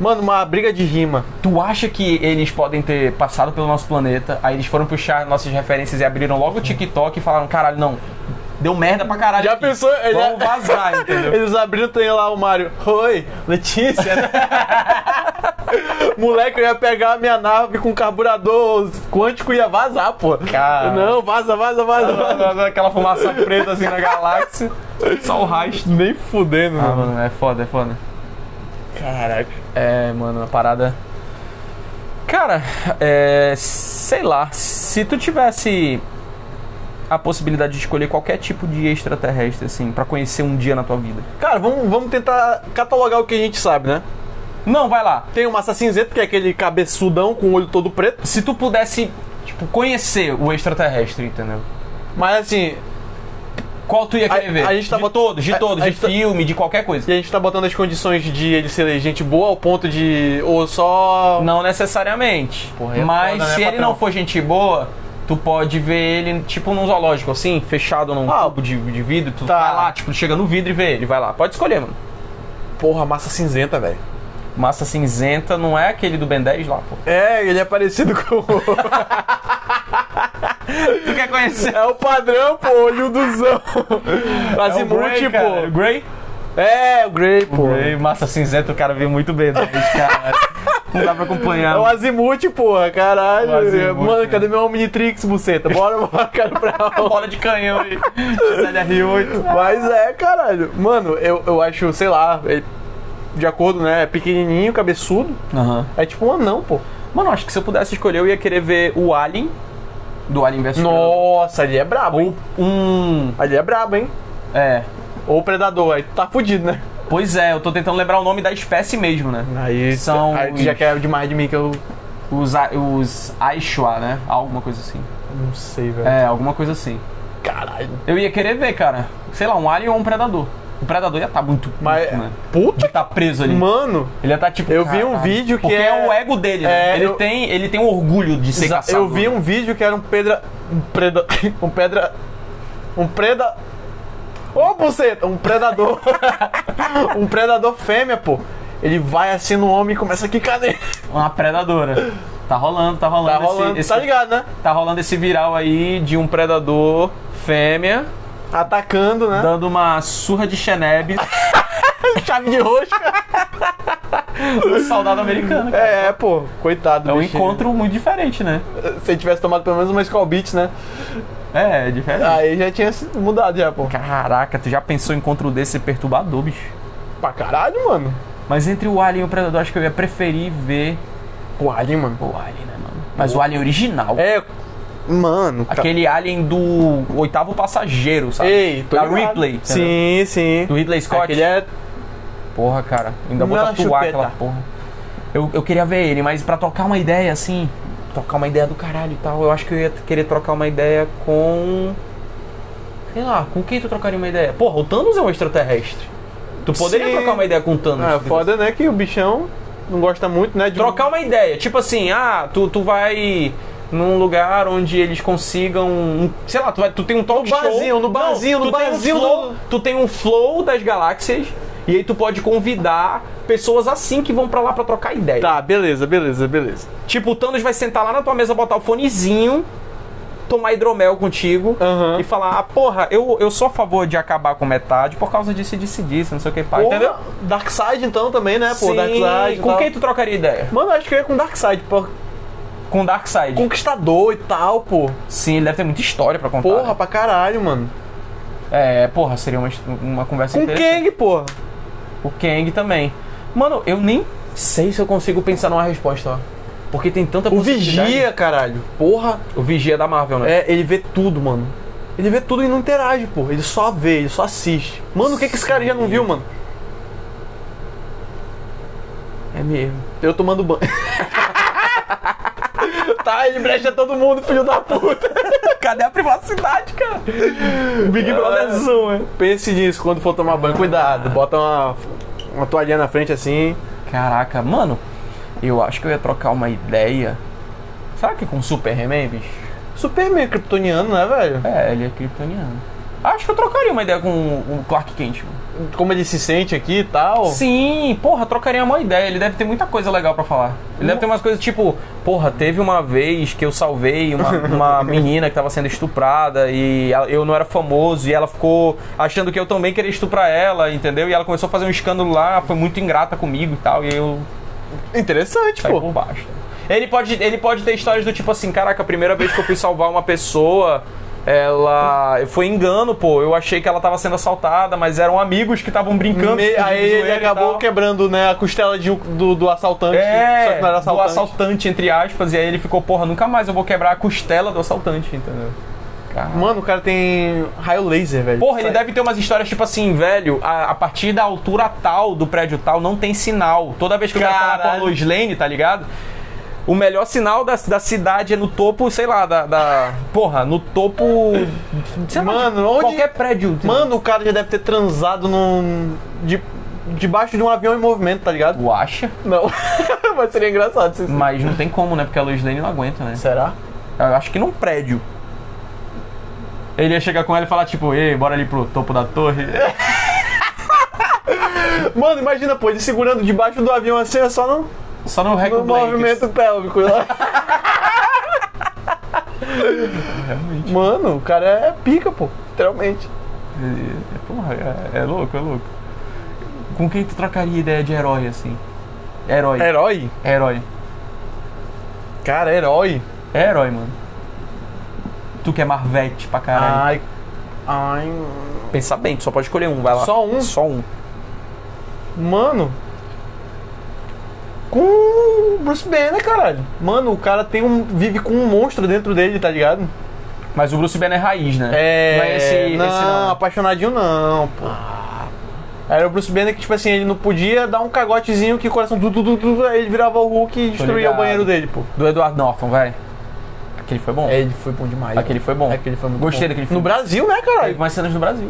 Speaker 1: mano, uma briga de rima.
Speaker 2: tu acha que eles podem ter passado pelo nosso planeta, aí eles foram puxar nossas referências e abriram logo o TikTok e falaram, caralho, não, deu merda pra caralho
Speaker 1: Já
Speaker 2: aqui.
Speaker 1: pensou? Ele- é-
Speaker 2: Vamos vazar, entendeu?
Speaker 1: Eles abriram, tem lá o Mário. Oi, Letícia. Moleque, eu ia pegar a minha nave com carburador quântico e ia vazar, pô.
Speaker 2: Cara. Ah.
Speaker 1: Não, vaza, vaza, vaza, vaza.
Speaker 2: Aquela fumaça preta assim na galáxia, só o rastro.
Speaker 1: Nem fudendo,
Speaker 2: Ah,
Speaker 1: mano.
Speaker 2: mano, é foda, é foda.
Speaker 1: Caraca.
Speaker 2: É, mano, a parada. Cara, é. Sei lá. Se tu tivesse a possibilidade de escolher qualquer tipo de extraterrestre, assim, pra conhecer um dia na tua vida.
Speaker 1: Cara, vamos, vamos tentar catalogar o que a gente sabe, né?
Speaker 2: Não, vai lá.
Speaker 1: Tem o Assassin's Creed, que é aquele cabeçudão com o olho todo preto.
Speaker 2: Se tu pudesse, tipo, conhecer o extraterrestre, entendeu?
Speaker 1: Mas assim,
Speaker 2: Qual tu ia querer
Speaker 1: A-
Speaker 2: ver?
Speaker 1: a gente tava-
Speaker 2: De todos, de
Speaker 1: a-
Speaker 2: todos,
Speaker 1: a
Speaker 2: de
Speaker 1: gente tá-
Speaker 2: filme, de qualquer
Speaker 1: e
Speaker 2: coisa.
Speaker 1: a gente tá botando as condições de ele ser gente boa ao ponto de. Ou só.
Speaker 2: Não necessariamente.
Speaker 1: Porra, é
Speaker 2: Mas
Speaker 1: foda, né,
Speaker 2: se ele
Speaker 1: patrão?
Speaker 2: não for gente boa, tu pode ver ele, tipo, num zoológico, assim, fechado num
Speaker 1: Ah,
Speaker 2: cubo de, de vidro. Tu
Speaker 1: tá.
Speaker 2: vai lá, tipo, tu chega no vidro e vê ele, vai lá. Pode escolher, mano.
Speaker 1: Porra, massa cinzenta, velho.
Speaker 2: Massa cinzenta não é aquele do Ben 10 lá, pô.
Speaker 1: É, ele é parecido com.
Speaker 2: Tu quer conhecer?
Speaker 1: é o padrão, pô, olhudozão.
Speaker 2: É
Speaker 1: Azimuth,
Speaker 2: Azimuth, pô.
Speaker 1: pô.
Speaker 2: Grey?
Speaker 1: É, o Grey, pô.
Speaker 2: Grey, massa cinzenta, o cara vê muito bem, né? cara. Não dá pra acompanhar.
Speaker 1: É o Azimuth, porra, caralho.
Speaker 2: O Azimuth,
Speaker 1: Mano,
Speaker 2: né?
Speaker 1: cadê meu Omnitrix, buceta? Bora, bora, cara, pra
Speaker 2: A bola de canhão aí. é XLR8.
Speaker 1: Mas é, caralho. Mano, eu, eu acho, sei lá, ele- de acordo, né? é Pequenininho, cabeçudo.
Speaker 2: Aham.
Speaker 1: É tipo um anão, pô.
Speaker 2: Mano, acho que se eu pudesse escolher, eu ia querer ver o Alien, do Alien vs Predator.
Speaker 1: Nossa, ali é brabo, hein?
Speaker 2: Um.
Speaker 1: Ali é brabo, hein?
Speaker 2: É.
Speaker 1: Ou o predador, aí tu tá fudido, né?
Speaker 2: Pois é, eu tô tentando lembrar o nome da espécie mesmo, né?
Speaker 1: Aí,
Speaker 2: São
Speaker 1: aí tu
Speaker 2: os-
Speaker 1: já quer demais de mim que eu
Speaker 2: Os, a- os Aishua, né? Alguma coisa assim.
Speaker 1: não sei, velho.
Speaker 2: É, alguma coisa assim.
Speaker 1: Caralho.
Speaker 2: Eu ia querer ver, cara. Sei lá, um alien ou um predador. O predador ia estar muito puto,
Speaker 1: Mas,
Speaker 2: né?
Speaker 1: puta,
Speaker 2: Ele tá preso ali.
Speaker 1: mano.
Speaker 2: Ele ia tá tipo.
Speaker 1: Eu vi um
Speaker 2: "Caralho".
Speaker 1: vídeo que
Speaker 2: Porque é...
Speaker 1: é-
Speaker 2: o ego dele, né?
Speaker 1: É,
Speaker 2: ele,
Speaker 1: eu-
Speaker 2: tem, ele tem um orgulho de ser caçado.
Speaker 1: Eu vi
Speaker 2: né?
Speaker 1: um vídeo que era um pedra. Um preda. Um pedra. Um preda. Ô, buceta! Um predador. um predador fêmea, pô. Ele vai assim no homem e começa a quicar nele.
Speaker 2: Uma predadora. Tá rolando, tá rolando.
Speaker 1: um- Tá
Speaker 2: esse-
Speaker 1: rolando.
Speaker 2: esse-
Speaker 1: Tá ligado, né?
Speaker 2: tá rolando esse viral aí de um predador fêmea
Speaker 1: Atacando, né?
Speaker 2: dando uma surra de Xeneb
Speaker 1: Chave de rosca.
Speaker 2: no soldado americano. cara.
Speaker 1: É, pô. Coitado do
Speaker 2: É um
Speaker 1: bichinho.
Speaker 2: encontro muito diferente, né?
Speaker 1: Se ele tivesse tomado pelo menos uma Skull Beats, né?
Speaker 2: É, é diferente.
Speaker 1: Aí já tinha se mudado já, pô.
Speaker 2: Caraca, tu já pensou em encontro desse perturbador, bicho?
Speaker 1: Pra caralho, mano.
Speaker 2: Mas entre o Alien e o Predador, acho que eu ia preferir ver
Speaker 1: O Alien, mano.
Speaker 2: o Alien, né, mano? Mas o Alien original.
Speaker 1: É. Mano, cara.
Speaker 2: Aquele Alien do oitavo passageiro, sabe?
Speaker 1: Ei, tô
Speaker 2: da
Speaker 1: ligado.
Speaker 2: Ripley. entendeu?
Speaker 1: Sim, sim.
Speaker 2: Do Ridley Scott.
Speaker 1: Aquele é
Speaker 2: Porra, cara. Ainda vou
Speaker 1: Na
Speaker 2: tatuar
Speaker 1: chupeta.
Speaker 2: aquela porra. Eu, eu queria ver ele, mas pra trocar uma ideia, assim... Trocar uma ideia do caralho e tal. Eu acho que eu ia querer trocar uma ideia com... Sei lá, com quem tu trocaria uma ideia? Porra, o Thanos é um extraterrestre. Tu poderia
Speaker 1: Sim.
Speaker 2: trocar uma ideia com o Thanos?
Speaker 1: Ah,
Speaker 2: se tu
Speaker 1: foda, né? Que o bichão não gosta muito, né? De
Speaker 2: trocar uma ideia. Tipo assim, ah, tu, tu vai num lugar onde eles consigam, um- sei lá, tu, vai, tu tem um talk
Speaker 1: No barzinho,
Speaker 2: show.
Speaker 1: no barzinho,
Speaker 2: tu
Speaker 1: no
Speaker 2: tem um
Speaker 1: barzinho
Speaker 2: flow-
Speaker 1: do-
Speaker 2: Tu tem um flow das galáxias e aí tu pode convidar pessoas assim que vão pra lá pra trocar ideia.
Speaker 1: Tá, beleza, beleza, beleza.
Speaker 2: Tipo, o Thanos vai sentar lá na tua mesa, botar o fonezinho, tomar hidromel contigo
Speaker 1: Aham.
Speaker 2: e falar, ah, porra, eu, eu sou a favor de acabar com metade por causa disso e disso e disso, não sei o que, pá, entendeu?
Speaker 1: ah, Entendeu? Darkseid então também, né? Pô,
Speaker 2: Sim,
Speaker 1: Darkseid. e
Speaker 2: com
Speaker 1: tal.
Speaker 2: quem tu trocaria ideia?
Speaker 1: Mano, eu acho que eu ia com Darkseid, pô.
Speaker 2: Com Darkseid.
Speaker 1: Conquistador e tal, pô.
Speaker 2: Sim, ele deve ter muita história pra contar.
Speaker 1: Porra,
Speaker 2: né?
Speaker 1: pra caralho, mano.
Speaker 2: É, porra, seria uma, uma conversa
Speaker 1: Com
Speaker 2: interessante.
Speaker 1: Kang, porra.
Speaker 2: O Kang também. Mano, eu nem sei se eu consigo pensar numa resposta, ó. Porque tem tanta
Speaker 1: O
Speaker 2: possibilidade.
Speaker 1: Vigia, caralho. Porra.
Speaker 2: O Vigia da Marvel, né?
Speaker 1: É, ele vê tudo, mano. Ele vê tudo e não interage, pô. Ele só vê, ele só assiste. Mano, o que, que esse cara já não viu, mano?
Speaker 2: É mesmo.
Speaker 1: Eu tomando banho. tá, ele brecha todo mundo, filho da puta.
Speaker 2: Cadê a privacidade, cara?
Speaker 1: Big
Speaker 2: Brother Zoom, é.
Speaker 1: Pense nisso quando for tomar banho. Cuidado, bota uma, uma toalhinha na frente assim.
Speaker 2: Caraca, mano, eu acho que eu ia trocar uma ideia. Será que com o Superman, bicho?
Speaker 1: Superman kryptoniano, né, velho?
Speaker 2: É, ele é kryptoniano. Acho que eu trocaria uma ideia com o Clark Kent. mano.
Speaker 1: Como ele se sente aqui e tal.
Speaker 2: Sim, porra, trocaria uma ideia. Ele deve ter muita coisa legal pra falar. Ele deve ter umas coisas tipo, porra, teve uma vez que eu salvei uma, uma menina que tava sendo estuprada e ela- eu não era famoso e ela ficou achando que eu também queria estuprar ela, entendeu? E ela começou a fazer um escândalo lá, foi muito ingrata comigo e tal, e eu
Speaker 1: Interessante,
Speaker 2: Sai
Speaker 1: pô.
Speaker 2: por baixo. Ele pode, ele pode ter histórias do tipo assim, caraca, a primeira vez que eu fui salvar uma pessoa, ela. Foi engano, pô. Eu achei que ela tava sendo assaltada, mas eram amigos que estavam brincando. tipo,
Speaker 1: Me-
Speaker 2: de
Speaker 1: aí ele
Speaker 2: zoeira e
Speaker 1: acabou
Speaker 2: tal.
Speaker 1: quebrando, né, a costela de um- do, do assaltante. só
Speaker 2: É,
Speaker 1: que não era
Speaker 2: do
Speaker 1: assaltante.
Speaker 2: assaltante, entre aspas, e aí ele ficou, porra, nunca mais eu vou quebrar a costela do assaltante, entendeu? Caralho.
Speaker 1: Mano, o cara tem raio laser, velho.
Speaker 2: Porra, ele
Speaker 1: Sai-
Speaker 2: deve ter umas histórias tipo assim, velho, a, a partir da altura tal do prédio tal não tem sinal. Toda vez que eu quero falar com a
Speaker 1: Caralho.
Speaker 2: Lois Lane, tá ligado? O melhor sinal da, da cidade é no topo, sei lá, da. da- porra, no topo. Sei lá,
Speaker 1: Mano,
Speaker 2: de
Speaker 1: onde-
Speaker 2: qualquer prédio.
Speaker 1: Mano, o cara já deve ter transado num. De, debaixo de um avião em movimento, tá ligado?
Speaker 2: Tu acha?
Speaker 1: Não. Mas seria engraçado se
Speaker 2: Mas não tem como, né? Porque a Lois Lane não aguenta, né?
Speaker 1: Será?
Speaker 2: Eu acho que num prédio. Ele ia chegar com ela e falar, tipo, ei, bora ali pro topo da torre.
Speaker 1: Mano, imagina, pô, ele segurando debaixo do avião assim, é só no,
Speaker 2: Só no
Speaker 1: no
Speaker 2: Record
Speaker 1: movimento pélvico. né? Mano, o cara é pica, pô. Literalmente.
Speaker 2: É, Porra, é, é louco, é louco. Com quem tu trocaria ideia de herói, assim? Herói.
Speaker 1: Herói?
Speaker 2: Herói.
Speaker 1: Cara, herói.
Speaker 2: É herói, mano. Tu que é Marvete pra caralho.
Speaker 1: Ai. Ai.
Speaker 2: Pensar Ah, bem, tu só pode escolher um, vai lá.
Speaker 1: Só um?
Speaker 2: Só um.
Speaker 1: Mano. Com o Bruce Banner, né, caralho. Mano, o cara tem um. vive com um monstro dentro dele, tá ligado?
Speaker 2: Mas o Bruce Banner é raiz, né?
Speaker 1: É,
Speaker 2: Não é esse,
Speaker 1: não,
Speaker 2: esse não. Ah.
Speaker 1: apaixonadinho não, pô. Era o Bruce Banner que, tipo assim, ele não podia dar um cagotezinho que o coração du, du, du, du, aí ele virava o Hulk e destruía
Speaker 2: ligado.
Speaker 1: o banheiro dele, pô.
Speaker 2: Do Edward Norton, vai. É. Aquele foi bom.
Speaker 1: É, ele foi bom demais.
Speaker 2: Aquele foi bom.
Speaker 1: Aquele foi muito
Speaker 2: Gostei
Speaker 1: bom.
Speaker 2: daquele
Speaker 1: No
Speaker 2: filme.
Speaker 1: Brasil, né, caralho?
Speaker 2: Teve mais cenas no Brasil.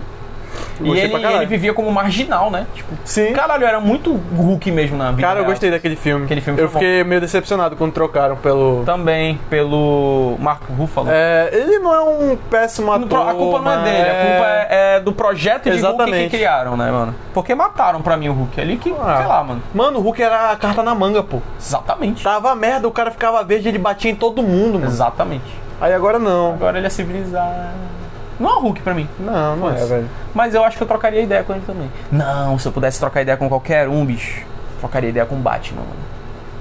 Speaker 2: E
Speaker 1: Gostei
Speaker 2: ele,
Speaker 1: pra caralho.
Speaker 2: ele vivia como marginal, né? Tipo,
Speaker 1: Sim. Cara,
Speaker 2: caralho, era muito Hulk mesmo na vida. né?
Speaker 1: eu
Speaker 2: real.
Speaker 1: gostei daquele filme.
Speaker 2: Aquele filme
Speaker 1: Eu
Speaker 2: foi bom. Tá
Speaker 1: fiquei meio decepcionado quando trocaram pelo...
Speaker 2: Também pelo Marco Ruffalo.
Speaker 1: É, ele não é um péssimo
Speaker 2: Não,
Speaker 1: ator,
Speaker 2: pro- a culpa não é
Speaker 1: mas
Speaker 2: dele, a culpa é, é do projeto de Hulk que
Speaker 1: Exatamente.
Speaker 2: criaram, né, mano? Porque mataram pra mim o Hulk ali que,
Speaker 1: Ah.
Speaker 2: sei lá, mano.
Speaker 1: Mano, o Hulk era a carta na manga, pô.
Speaker 2: Exatamente.
Speaker 1: Tava merda, o cara ficava verde, ele batia em todo mundo, mano.
Speaker 2: Exatamente.
Speaker 1: Aí agora não.
Speaker 2: Agora ele é civilizado. Não é o Hulk pra mim.
Speaker 1: Não, não é,
Speaker 2: Foda-se.
Speaker 1: velho.
Speaker 2: Mas eu acho que eu trocaria ideia com ele também. Não, se eu pudesse trocar ideia com qualquer um, bicho. Trocaria ideia com o Batman, mano.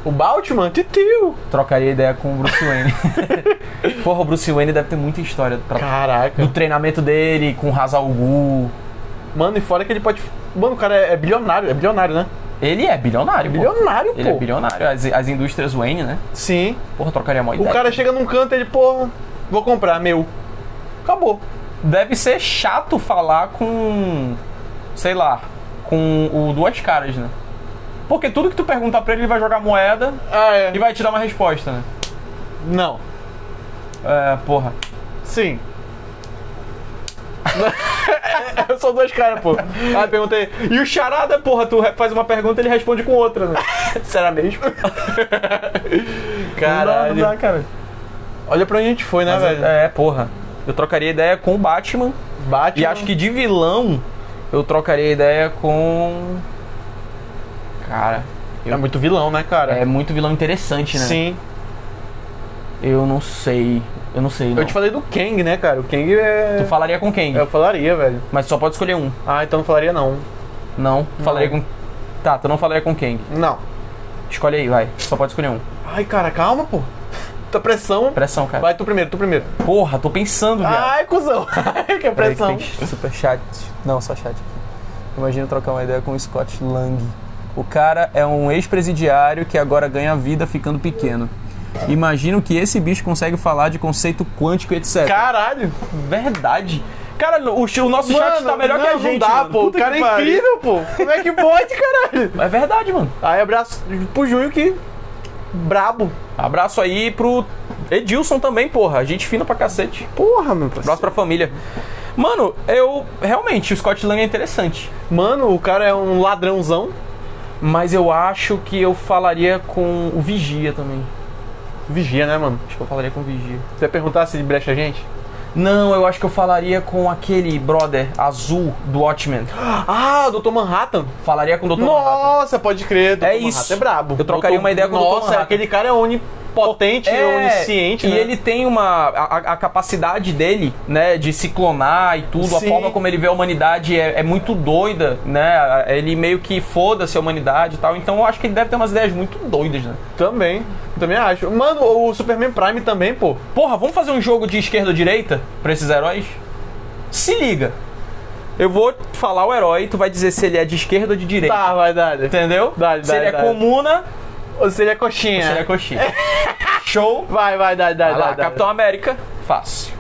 Speaker 1: O Baltman? Titio!
Speaker 2: Trocaria ideia com o Bruce Wayne. Porra, o Bruce Wayne deve ter muita história pra-
Speaker 1: Caraca.
Speaker 2: do treinamento dele com o Hazal Gu.
Speaker 1: Mano, e fora que ele pode. Mano, o cara é, é bilionário, é bilionário, né?
Speaker 2: Ele é bilionário, pô.
Speaker 1: Bilionário, pô.
Speaker 2: Ele é bilionário. As, as indústrias Wayne, né?
Speaker 1: Sim.
Speaker 2: Porra, trocaria mó
Speaker 1: O
Speaker 2: ideia.
Speaker 1: cara chega num canto e ele, porra, vou comprar, meu. Acabou.
Speaker 2: Deve ser chato falar com. Sei lá. Com o duas caras, né? Porque tudo que tu perguntar pra ele, ele vai jogar moeda
Speaker 1: Ah, é.
Speaker 2: e vai te dar uma resposta, né?
Speaker 1: Não.
Speaker 2: É, porra.
Speaker 1: Sim. Eu sou dois caras, pô. Aí eu perguntei, e o charada, porra, tu re- faz uma pergunta e ele responde com outra, né?
Speaker 2: é, Será mesmo?
Speaker 1: Caralho.
Speaker 2: Caralho.
Speaker 1: cara. Olha pra onde a gente foi, né,
Speaker 2: Mas
Speaker 1: velho?
Speaker 2: eu- é, porra. Eu trocaria ideia com o Batman.
Speaker 1: Bate.
Speaker 2: E acho que de vilão, eu trocaria ideia com. Cara,
Speaker 1: É muito vilão, né, cara?
Speaker 2: é muito vilão interessante, né?
Speaker 1: Sim.
Speaker 2: Eu não sei. Eu não sei. não.
Speaker 1: Eu te falei do Kang, né, cara? O Kang é.
Speaker 2: Tu falaria com quem?
Speaker 1: Eu falaria, velho.
Speaker 2: Mas só pode escolher um.
Speaker 1: Ah, então não falaria não.
Speaker 2: Não, tu falaria com. Tá, tu não falaria com quem?
Speaker 1: Não.
Speaker 2: Escolhe aí, vai. Só pode escolher um.
Speaker 1: Ai, cara, calma, pô. Tá pressão.
Speaker 2: Pressão, cara.
Speaker 1: Vai, Ah, tu primeiro, tu primeiro.
Speaker 2: Porra, tô pensando, viado.
Speaker 1: Ai, cuzão. Ai, que é
Speaker 2: Peraí que
Speaker 1: pressão.
Speaker 2: tem super chat. Não, só chat aqui. Imagina trocar uma ideia com o Scott Lang. O cara é um ex-presidiário que agora ganha vida ficando pequeno. Imagino que esse bicho consegue falar de conceito quântico, etc.
Speaker 1: Caralho.
Speaker 2: verdade. Cara, o, o nosso chat tá melhor
Speaker 1: não,
Speaker 2: que a
Speaker 1: Não
Speaker 2: gente.
Speaker 1: dá,
Speaker 2: mano.
Speaker 1: pô.
Speaker 2: Puta
Speaker 1: o cara é
Speaker 2: que pariu.
Speaker 1: incrível, pô. Como é que pode, caralho?
Speaker 2: É verdade, mano.
Speaker 1: Aí abraço pro Junho que. Brabo.
Speaker 2: Abraço aí pro Edilson também, porra. Gente fina pra cacete.
Speaker 1: Porra, meu
Speaker 2: Abraço
Speaker 1: parceiro.
Speaker 2: pra família. Mano, eu. Realmente, o Scott Lang é interessante.
Speaker 1: Mano, o cara é um ladrãozão.
Speaker 2: Mas eu acho que eu falaria com o Vigia também.
Speaker 1: Vigia, né, mano?
Speaker 2: Acho que eu falaria com o Vigia.
Speaker 1: Se você perguntar se ele brecha a gente.
Speaker 2: Não, eu acho que eu falaria com aquele brother azul do Watchmen.
Speaker 1: Ah, o Dr. Manhattan.
Speaker 2: Falaria com o Dr. Manhattan.
Speaker 1: Nossa, pode crer. Dr.
Speaker 2: É
Speaker 1: Manhattan
Speaker 2: isso.
Speaker 1: é brabo.
Speaker 2: Eu trocaria
Speaker 1: Dr.
Speaker 2: uma ideia com o Dr.
Speaker 1: Nossa,
Speaker 2: Manhattan. É,
Speaker 1: aquele cara é onipotente, onisciente,
Speaker 2: e
Speaker 1: né?
Speaker 2: ele tem uma a, a- a capacidade dele, né, de se clonar e tudo. A
Speaker 1: Sim.
Speaker 2: forma como ele vê a humanidade é, é muito doida, né? Ele meio que foda-se a humanidade e tal. Então eu acho que ele deve ter umas ideias muito doidas, né?
Speaker 1: Também. Também acho. Mano, o Superman Prime também, pô.
Speaker 2: Porra, vamos fazer um jogo de esquerda ou direita pra esses heróis? Se liga. Eu vou falar o herói, tu vai dizer se ele é de esquerda ou de direita.
Speaker 1: Tá, vai, Dali.
Speaker 2: Entendeu?
Speaker 1: Dá-lhe,
Speaker 2: se
Speaker 1: dá-lhe,
Speaker 2: ele é
Speaker 1: dá-lhe.
Speaker 2: comuna,
Speaker 1: Ou seria coxinha.
Speaker 2: se ele é coxinha. Show.
Speaker 1: Vai, vai, Dali, Dali,
Speaker 2: Vai lá,
Speaker 1: Dali, Dali.
Speaker 2: Capitão América, fácil.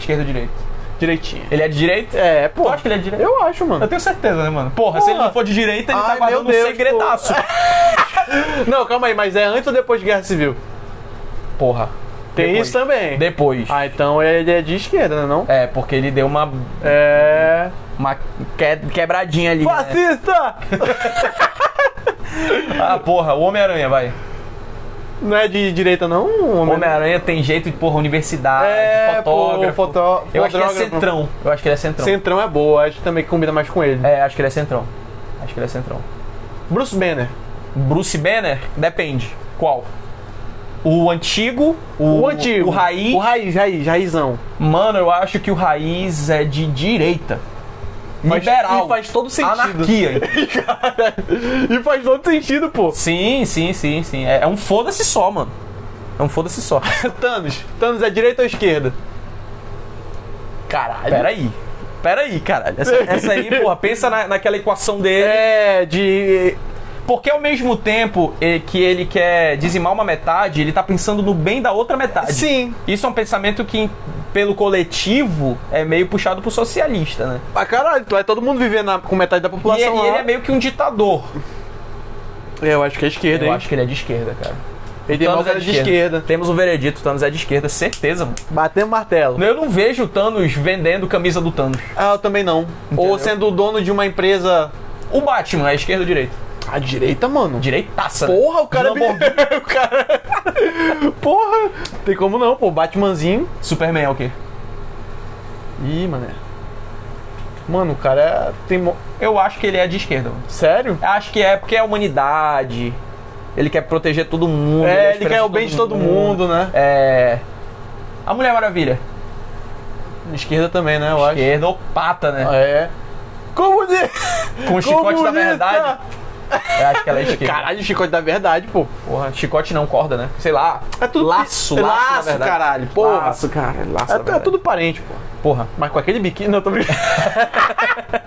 Speaker 2: Esquerda ou direita?
Speaker 1: Direitinho.
Speaker 2: Ele é de direita?
Speaker 1: É,
Speaker 2: Tu
Speaker 1: pô.
Speaker 2: acha que ele é de direita?
Speaker 1: Eu acho, mano.
Speaker 2: tenho certeza, né, mano? Porra, se ele não for de direita, ele
Speaker 1: Ai,
Speaker 2: tá guardando
Speaker 1: meu Deus,
Speaker 2: um segredaço.
Speaker 1: Não, calma aí, mas é antes ou depois de Guerra Civil?
Speaker 2: Porra.
Speaker 1: Tem
Speaker 2: Depois.
Speaker 1: isso também.
Speaker 2: Depois.
Speaker 1: Ah, então ele é de esquerda, né, não?
Speaker 2: É, porque ele deu uma,
Speaker 1: É...
Speaker 2: uma que- quebradinha ali. né?
Speaker 1: Fascista!
Speaker 2: Ah, porra, o Homem-Aranha, vai.
Speaker 1: Não é de direita, não? Homem...
Speaker 2: Homem-Aranha tem jeito de, porra, universidade,
Speaker 1: É,
Speaker 2: fotógrafo.
Speaker 1: pô, fotó-
Speaker 2: Eu acho que ele é
Speaker 1: fotógrafo.
Speaker 2: centrão. Eu acho que ele é centrão.
Speaker 1: Centrão é boa, acho que também combina mais com ele.
Speaker 2: É, acho que ele é centrão. Acho que ele é centrão.
Speaker 1: Bruce Banner.
Speaker 2: Bruce Banner? Depende. Qual? O antigo, o,
Speaker 1: O, antigo.
Speaker 2: o raiz.
Speaker 1: O raiz, raiz, raizão.
Speaker 2: Mano, eu acho que o raiz é de direita.
Speaker 1: Faz-
Speaker 2: Liberal.
Speaker 1: E faz todo sentido.
Speaker 2: Anarquia.
Speaker 1: e faz todo sentido, pô.
Speaker 2: Sim, sim, sim, sim. É, é um foda-se só, mano. É um foda-se só.
Speaker 1: Thanos. Thanos é direita ou esquerda? Caralho.
Speaker 2: Peraí. Peraí, caralho. Essa, essa aí, porra, pensa na- naquela equação dele.
Speaker 1: É, de.
Speaker 2: Porque ao mesmo tempo eh, que ele quer dizimar uma metade, ele tá pensando no bem da outra metade.
Speaker 1: Sim.
Speaker 2: Isso é um pensamento que, pelo coletivo, é meio puxado pro socialista, né?
Speaker 1: Ah, caralho, tu vai todo mundo viver na- com metade da
Speaker 2: E,
Speaker 1: população.
Speaker 2: e
Speaker 1: lá.
Speaker 2: ele é meio que um ditador.
Speaker 1: Eu acho que é esquerda,
Speaker 2: Eu
Speaker 1: hein?
Speaker 2: acho que ele é de esquerda, cara.
Speaker 1: Ele tem
Speaker 2: Thanos
Speaker 1: mais
Speaker 2: é
Speaker 1: cara de esquerda.
Speaker 2: Temos o veredito, o Thanos é de esquerda, certeza, mano.
Speaker 1: Batendo martelo.
Speaker 2: Eu não vejo o Thanos vendendo camisa do Thanos.
Speaker 1: Ah, eu também não. Ou sendo o dono de uma empresa.
Speaker 2: O Batman é esquerda ou direita?
Speaker 1: À direita, mano.
Speaker 2: Direitaça. né?
Speaker 1: Porra, o cara é
Speaker 2: De Lamborghini.
Speaker 1: bilionário, o cara. Porra! Tem como não, pô. Batmanzinho.
Speaker 2: Superman é o quê?
Speaker 1: Ih, mané. Mano, o cara é- tem. mo-
Speaker 2: Eu acho que ele é de esquerda. mano.
Speaker 1: Sério?
Speaker 2: Acho que é porque é a humanidade. Ele quer proteger todo mundo.
Speaker 1: É, ele
Speaker 2: esperança
Speaker 1: quer o bem de todo mundo, né?
Speaker 2: É. A Mulher Maravilha.
Speaker 1: Esquerda também, né? Eu
Speaker 2: Esquerda ou pata, né?
Speaker 1: acho. É. Como de.
Speaker 2: Com o chicote da verdade. Eu acho que ela é esquerda.
Speaker 1: Caralho, chicote da verdade, pô.
Speaker 2: Porra, chicote não, corda, né? Sei lá.
Speaker 1: É tudo-
Speaker 2: laço, laço,
Speaker 1: Laço,
Speaker 2: na verdade.
Speaker 1: caralho, porra.
Speaker 2: Laço, cara, laço.
Speaker 1: É,
Speaker 2: na
Speaker 1: tu- é
Speaker 2: verdade.
Speaker 1: tudo parente, pô.
Speaker 2: Porra,
Speaker 1: Mas com aquele biquíni, não, tô brincando.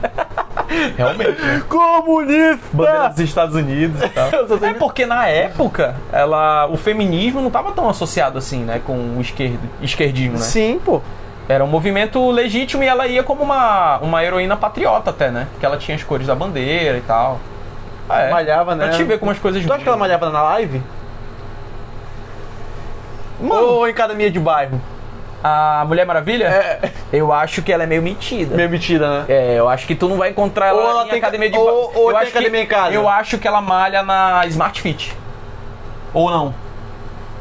Speaker 2: realmente. né? Bandeira
Speaker 1: Comunista!
Speaker 2: dos Estados Unidos e tal.
Speaker 1: Ah! Eu só sei
Speaker 2: É
Speaker 1: que-
Speaker 2: porque na época, ela, o feminismo não estava tão associado assim, né, com o esquerdo, esquerdismo, né?
Speaker 1: Sim, pô.
Speaker 2: Era um movimento legítimo e ela ia como uma, uma heroína patriota até, né? Porque ela tinha as cores da bandeira e tal. Ah, é.
Speaker 1: Malhava, né?
Speaker 2: Pra te ver como as coisas
Speaker 1: Tu acha que ela é
Speaker 2: mudam.
Speaker 1: malhava na live?
Speaker 2: Mano,
Speaker 1: Ou em academia de bairro?
Speaker 2: a Mulher Maravilha, eu acho que ela é meio mentida.
Speaker 1: É. Meio mentira, né?
Speaker 2: É, eu acho que tu não vai encontrar
Speaker 1: Ou
Speaker 2: ela,
Speaker 1: ela
Speaker 2: em
Speaker 1: tem ca-
Speaker 2: academia de
Speaker 1: ou-
Speaker 2: ba-
Speaker 1: ou
Speaker 2: eu
Speaker 1: tem
Speaker 2: acho que-
Speaker 1: academia em casa.
Speaker 2: Eu acho que ela malha na Smart Fit. Ou não?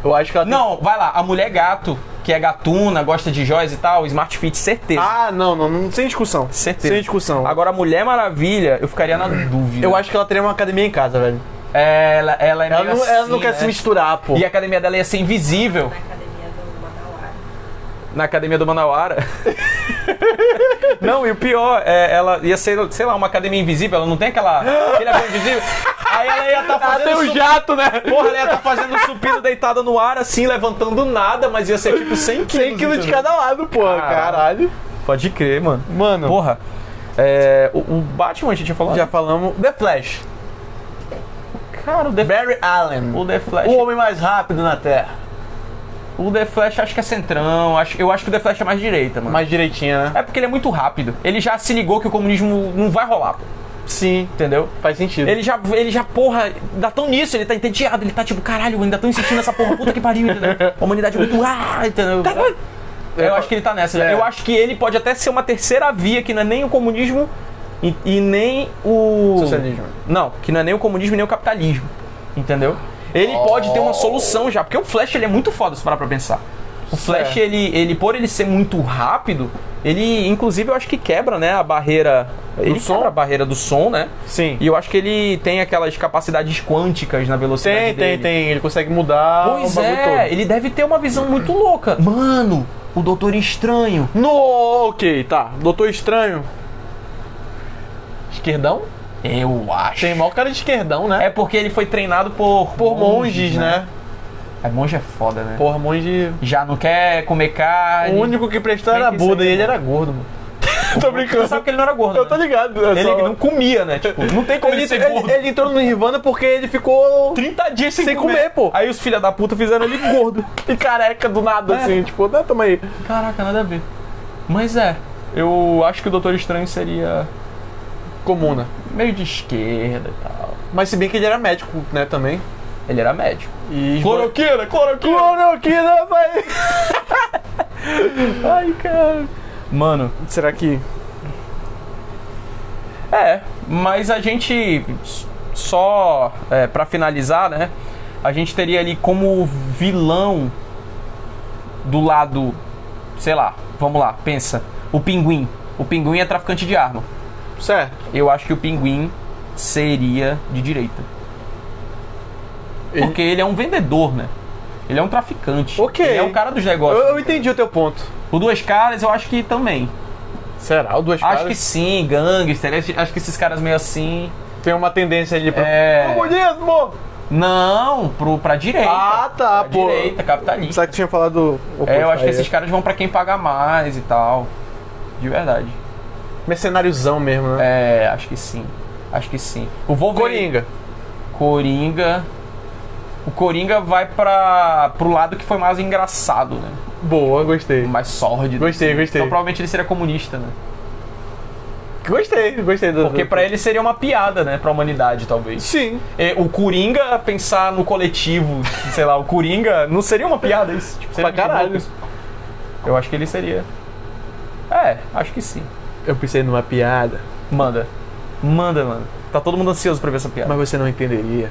Speaker 1: Eu acho que ela tem-
Speaker 2: Não, vai lá. A mulher gato, que é gatuna, gosta de joias e tal, Smart Fit, certeza.
Speaker 1: Ah, não, não, não, sem discussão.
Speaker 2: certeza.
Speaker 1: Sem discussão.
Speaker 2: Agora, a Mulher Maravilha, eu ficaria na dúvida.
Speaker 1: eu acho que ela teria uma academia em casa, velho.
Speaker 2: Ela, ela
Speaker 1: Ela,
Speaker 2: é meio
Speaker 1: não, ela
Speaker 2: assim,
Speaker 1: não quer
Speaker 2: né?
Speaker 1: se misturar, pô.
Speaker 2: E a academia dela ia ser invisível.
Speaker 3: na academia do Manauara.
Speaker 2: na academia do Manauara. Não, e o pior, é, ela ia ser, sei lá, uma academia invisível, ela não tem aquela. aquele avião invisível. Aí ela ia estar fazendo.
Speaker 1: tem um
Speaker 2: su-
Speaker 1: jato, né?
Speaker 2: Porra, ela ia estar fazendo supino deitada no ar, assim, levantando nada, mas ia ser tipo 100 quilos.
Speaker 1: 100 quilos de
Speaker 2: entendeu?
Speaker 1: cada lado, pô.
Speaker 2: Caralho.
Speaker 1: Caralho.
Speaker 2: Pode crer, mano.
Speaker 1: Mano,
Speaker 2: Porra. é, o, o Batman a gente já falou?
Speaker 1: já falamos. The Flash.
Speaker 2: Cara, o The,
Speaker 1: Barry Allen.
Speaker 2: o The Flash.
Speaker 1: O homem mais rápido na Terra.
Speaker 2: O, The Flash acho que é centrão. acho- eu acho que o The Flash é mais direita, mano.
Speaker 1: Mais direitinha, né?
Speaker 2: É porque ele é muito rápido. Ele já se ligou que o comunismo não vai rolar, pô.
Speaker 1: Sim.
Speaker 2: entendeu?
Speaker 1: Faz sentido.
Speaker 2: Ele já, ele já, porra, dá tão nisso, ele tá entediado, ele tá tipo, caralho, ainda tão insistindo nessa porra, puta que pariu, entendeu? A humanidade é muito. Ah, entendeu? Eu acho que ele tá nessa. já.
Speaker 1: É.
Speaker 2: Eu acho que ele pode até ser uma terceira via, que não é nem o comunismo e, e nem o.
Speaker 1: Socialismo.
Speaker 2: Não, que não é nem o comunismo e nem o capitalismo. Entendeu? Ele pode ter
Speaker 1: Oh.
Speaker 2: uma solução já, porque o Flash ele é muito foda se parar pra pensar. O Flash,
Speaker 1: É.
Speaker 2: ele, ele, por ele ser muito rápido, ele, inclusive, eu acho que quebra, né, a barreira. Ele
Speaker 1: som?
Speaker 2: quebra a barreira do som, né?
Speaker 1: Sim.
Speaker 2: E eu acho que ele tem aquelas capacidades quânticas na velocidade
Speaker 1: Tem, tem,
Speaker 2: dele.
Speaker 1: tem. Ele consegue mudar
Speaker 2: Pois
Speaker 1: o bagulho
Speaker 2: é,
Speaker 1: todo.
Speaker 2: ele deve ter uma visão muito louca. Mano, o Doutor Estranho.
Speaker 1: No, ok, tá. Doutor Estranho. Esquerdão?
Speaker 2: Eu acho.
Speaker 1: Tem maior cara de esquerdão, né?
Speaker 2: É porque ele foi treinado por...
Speaker 1: por monges, né?
Speaker 2: É, monge é foda, né?
Speaker 1: Porra, monge.
Speaker 2: Já não quer comer
Speaker 1: O
Speaker 2: carne.
Speaker 1: único que prestou
Speaker 2: Tem
Speaker 1: era
Speaker 2: que
Speaker 1: Buda
Speaker 2: ser,
Speaker 1: e ele
Speaker 2: né?
Speaker 1: era gordo, mano. Tô
Speaker 2: Você sabe que ele não era gordo,
Speaker 1: Eu
Speaker 2: né?
Speaker 1: tô ligado. é
Speaker 2: Ele
Speaker 1: só-
Speaker 2: não comia, né? Tipo, não tem como ele,
Speaker 1: ele,
Speaker 2: ser
Speaker 1: ele-
Speaker 2: gordo.
Speaker 1: ele entrou no Nirvana porque ele ficou
Speaker 2: 30 dias sem,
Speaker 1: sem comer, pô.
Speaker 2: Aí os filha da puta fizeram ele gordo.
Speaker 1: e careca do nada,
Speaker 2: É.
Speaker 1: assim. Tipo, não, toma aí.
Speaker 2: Caraca, nada a ver. Mas é, eu acho que o Doutor Estranho seria
Speaker 1: Comuna.
Speaker 2: meio de esquerda e tal.
Speaker 1: né? Mas se bem que ele era médico, né, também.
Speaker 2: Ele era médico.
Speaker 1: E
Speaker 2: Cloroquina, cloroquina!
Speaker 1: Cloroquina, vai!
Speaker 2: Ai, cara. Mano,
Speaker 1: Será que...
Speaker 2: é, mas a gente s- só é, pra finalizar, né? A gente teria ali como vilão do lado, sei lá, vamos lá, pensa, o pinguim. O pinguim é traficante de arma.
Speaker 1: Certo.
Speaker 2: Eu acho que o pinguim seria de direita.
Speaker 1: Ele-
Speaker 2: Porque ele é um vendedor, né? Ele é um traficante.
Speaker 1: Ok.
Speaker 2: Ele é um cara dos
Speaker 1: Eu,
Speaker 2: negócios.
Speaker 1: eu entendi o teu ponto.
Speaker 2: O Duas Caras eu acho que também.
Speaker 1: Será? O Duas
Speaker 2: Acho que sim, gangster. acho- Acho que esses caras meio assim.
Speaker 1: tem uma tendência ali pra...
Speaker 2: É.
Speaker 1: Comunismo!
Speaker 2: Não, pro, pra direita.
Speaker 1: Ah, tá,
Speaker 2: pra
Speaker 1: pô.
Speaker 2: direita, capitalista.
Speaker 1: Será que tinha falado...
Speaker 2: É, eu acho que esses caras vão pra quem paga mais e tal. De verdade.
Speaker 1: é. Mercenáriozão mesmo, né?
Speaker 2: É, acho que sim. Acho que sim. O
Speaker 1: É.
Speaker 2: Wolverine.
Speaker 1: Coringa.
Speaker 2: Coringa. O Coringa vai pra, pro lado que foi mais engraçado, né?
Speaker 1: Boa, gostei.
Speaker 2: Mais sórdido.
Speaker 1: Gostei,
Speaker 2: assim.
Speaker 1: gostei.
Speaker 2: Então provavelmente ele seria comunista, né?
Speaker 1: Gostei, gostei. Do,
Speaker 2: Porque
Speaker 1: do-
Speaker 2: pra ele seria uma piada, né? Pra humanidade, talvez.
Speaker 1: Sim.
Speaker 2: É, o Coringa pensar no coletivo, sei lá, o Coringa, não seria uma piada isso? Tipo, seria
Speaker 1: Pra caralho.
Speaker 2: muito louco isso. Eu acho que ele seria. É, acho que sim.
Speaker 1: Eu pensei numa piada,
Speaker 2: Manda. Manda, mano. Tá todo mundo ansioso pra ver essa piada.
Speaker 1: mas você não entenderia.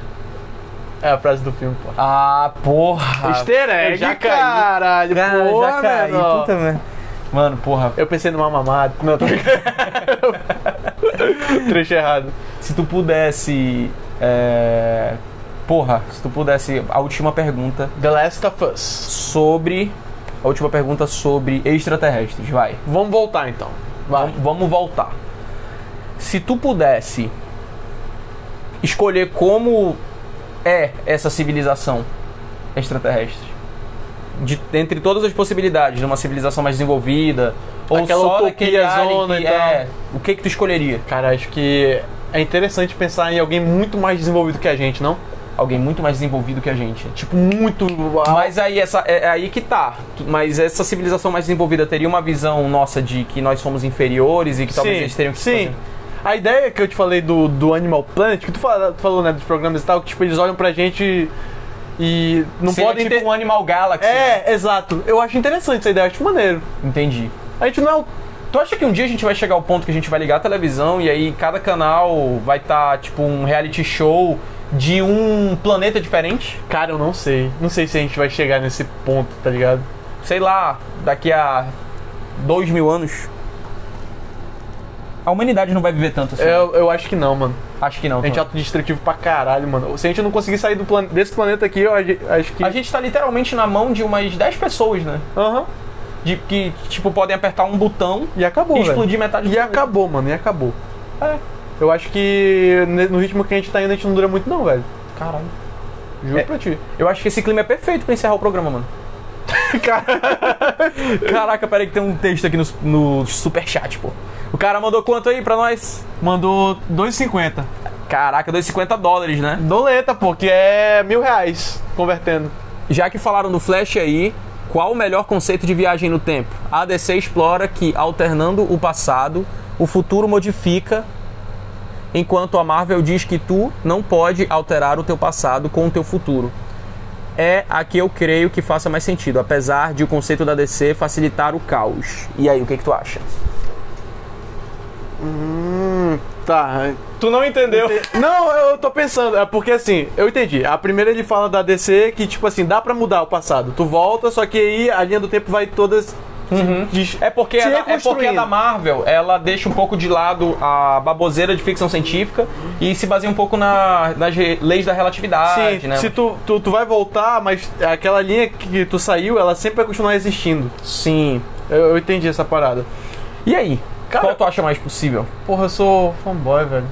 Speaker 1: É a frase do filme, pô.
Speaker 2: Ah, porra.
Speaker 1: Easter
Speaker 2: eu
Speaker 1: egg,
Speaker 2: já caí.
Speaker 1: caralho.
Speaker 2: Cara,
Speaker 1: porra,
Speaker 2: já caí.
Speaker 1: menor.
Speaker 2: Puta merda. Mano, porra.
Speaker 1: Eu pensei numa mamada. Não, tô brincando. Trecho errado.
Speaker 2: Se tu pudesse... é, Porra, se tu pudesse... A última pergunta
Speaker 1: The Last of Us.
Speaker 2: sobre... A última pergunta sobre extraterrestres, vai.
Speaker 1: Vamos voltar então. Vai.
Speaker 2: Vamos, vamos voltar. Se tu pudesse escolher como é essa civilização extraterrestre, de, entre todas as possibilidades, numa civilização mais desenvolvida, ou
Speaker 1: Aquela
Speaker 2: só
Speaker 1: utopia
Speaker 2: daquele alien
Speaker 1: zona
Speaker 2: que
Speaker 1: e tal.
Speaker 2: é, o que que tu escolheria?
Speaker 1: Cara, acho que é interessante pensar em alguém muito mais desenvolvido que a gente, não?
Speaker 2: Alguém muito mais desenvolvido que a gente.
Speaker 1: Tipo, muito.
Speaker 2: Mas aí essa é, é aí que tá. Tu- Mas essa civilização mais desenvolvida teria uma visão nossa de que nós somos inferiores e que talvez eles teriam que se
Speaker 1: sim.
Speaker 2: fazer-
Speaker 1: A ideia que eu te falei do, do Animal Planet, que tu, fala- tu falou, né, dos programas e tal, que tipo, eles olham pra gente E não
Speaker 2: Seria
Speaker 1: podem
Speaker 2: tipo
Speaker 1: ter.
Speaker 2: um né? Animal Galaxy.
Speaker 1: É, exato. Eu acho interessante essa ideia, acho maneiro.
Speaker 2: Entendi. A gente não é. o- Tu acha que um dia a gente vai chegar ao ponto que a gente vai ligar a televisão e aí cada canal vai estar tipo um reality show de um planeta diferente?
Speaker 1: Cara, eu não sei. Não sei se a gente vai chegar nesse ponto, tá ligado?
Speaker 2: Sei lá, daqui a dois mil anos. A humanidade não vai viver tanto assim.
Speaker 1: Eu, eu acho que não, mano.
Speaker 2: Acho que não.
Speaker 1: A gente é
Speaker 2: também.
Speaker 1: autodestrutivo pra caralho, mano. Se a gente não conseguir sair do plane- desse planeta aqui, eu ag- acho que.
Speaker 2: A gente tá literalmente na mão de umas 10 pessoas, né?
Speaker 1: Aham.
Speaker 2: De que, tipo, podem apertar um botão
Speaker 1: E acabou,
Speaker 2: e
Speaker 1: velho.
Speaker 2: explodir metade do
Speaker 1: E
Speaker 2: planeta.
Speaker 1: acabou, mano. E acabou. É. Eu acho que ne- no ritmo que a gente tá indo, a gente não dura muito, não, velho.
Speaker 2: Caralho.
Speaker 1: Juro
Speaker 2: É.
Speaker 1: pra ti.
Speaker 2: Eu acho que esse clima é perfeito pra encerrar o programa, mano. Caraca, peraí que tem um texto aqui no, no superchat, pô. O cara mandou quanto aí pra nós?
Speaker 1: Mandou 2,50.
Speaker 2: Caraca, 2,50 dólares, né?
Speaker 1: Doleta, pô, que é mil reais convertendo.
Speaker 2: Já que falaram do Flash aí, qual o melhor conceito de viagem no tempo? A DC explora que, alternando o passado, o futuro modifica, enquanto a Marvel diz que tu não pode alterar o teu passado com o teu futuro. É a que eu creio que faça mais sentido, apesar de o conceito da DC facilitar o caos. E aí, o que, que tu acha?
Speaker 1: Hum, tá.
Speaker 2: Tu não entendeu.
Speaker 1: Não, eu tô pensando, é porque assim, eu entendi. A primeira ele fala da DC que, tipo assim, dá pra mudar o passado. Tu volta, só que aí a linha do tempo vai todas. Des...
Speaker 2: É porque,
Speaker 1: Se
Speaker 2: a, é
Speaker 1: reconstruindo.
Speaker 2: porque a da Marvel, ela deixa um pouco de lado a baboseira de ficção científica e se baseia um pouco na, nas re- leis da relatividade,
Speaker 1: Sim,
Speaker 2: né?
Speaker 1: Ah, se tu, tu, tu vai voltar, mas aquela linha que tu saiu, ela sempre vai continuar existindo.
Speaker 2: Sim.
Speaker 1: Eu, eu entendi essa parada.
Speaker 2: E aí?
Speaker 1: Cara-
Speaker 2: qual tu acha mais possível?
Speaker 1: Porra, eu sou fanboy, velho.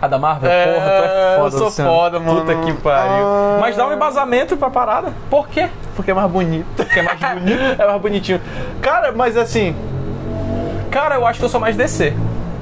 Speaker 2: A da Marvel?
Speaker 1: É,
Speaker 2: Porra, tu é foda,
Speaker 1: eu sou
Speaker 2: Luciano.
Speaker 1: foda, mano.
Speaker 2: Puta que pariu.
Speaker 1: Ah.
Speaker 2: Mas dá um embasamento pra parada. Por quê?
Speaker 1: Porque é mais bonito.
Speaker 2: Porque é mais bonito.
Speaker 1: é mais bonitinho. Cara, mas assim,
Speaker 2: Cara, eu acho que eu sou mais DC.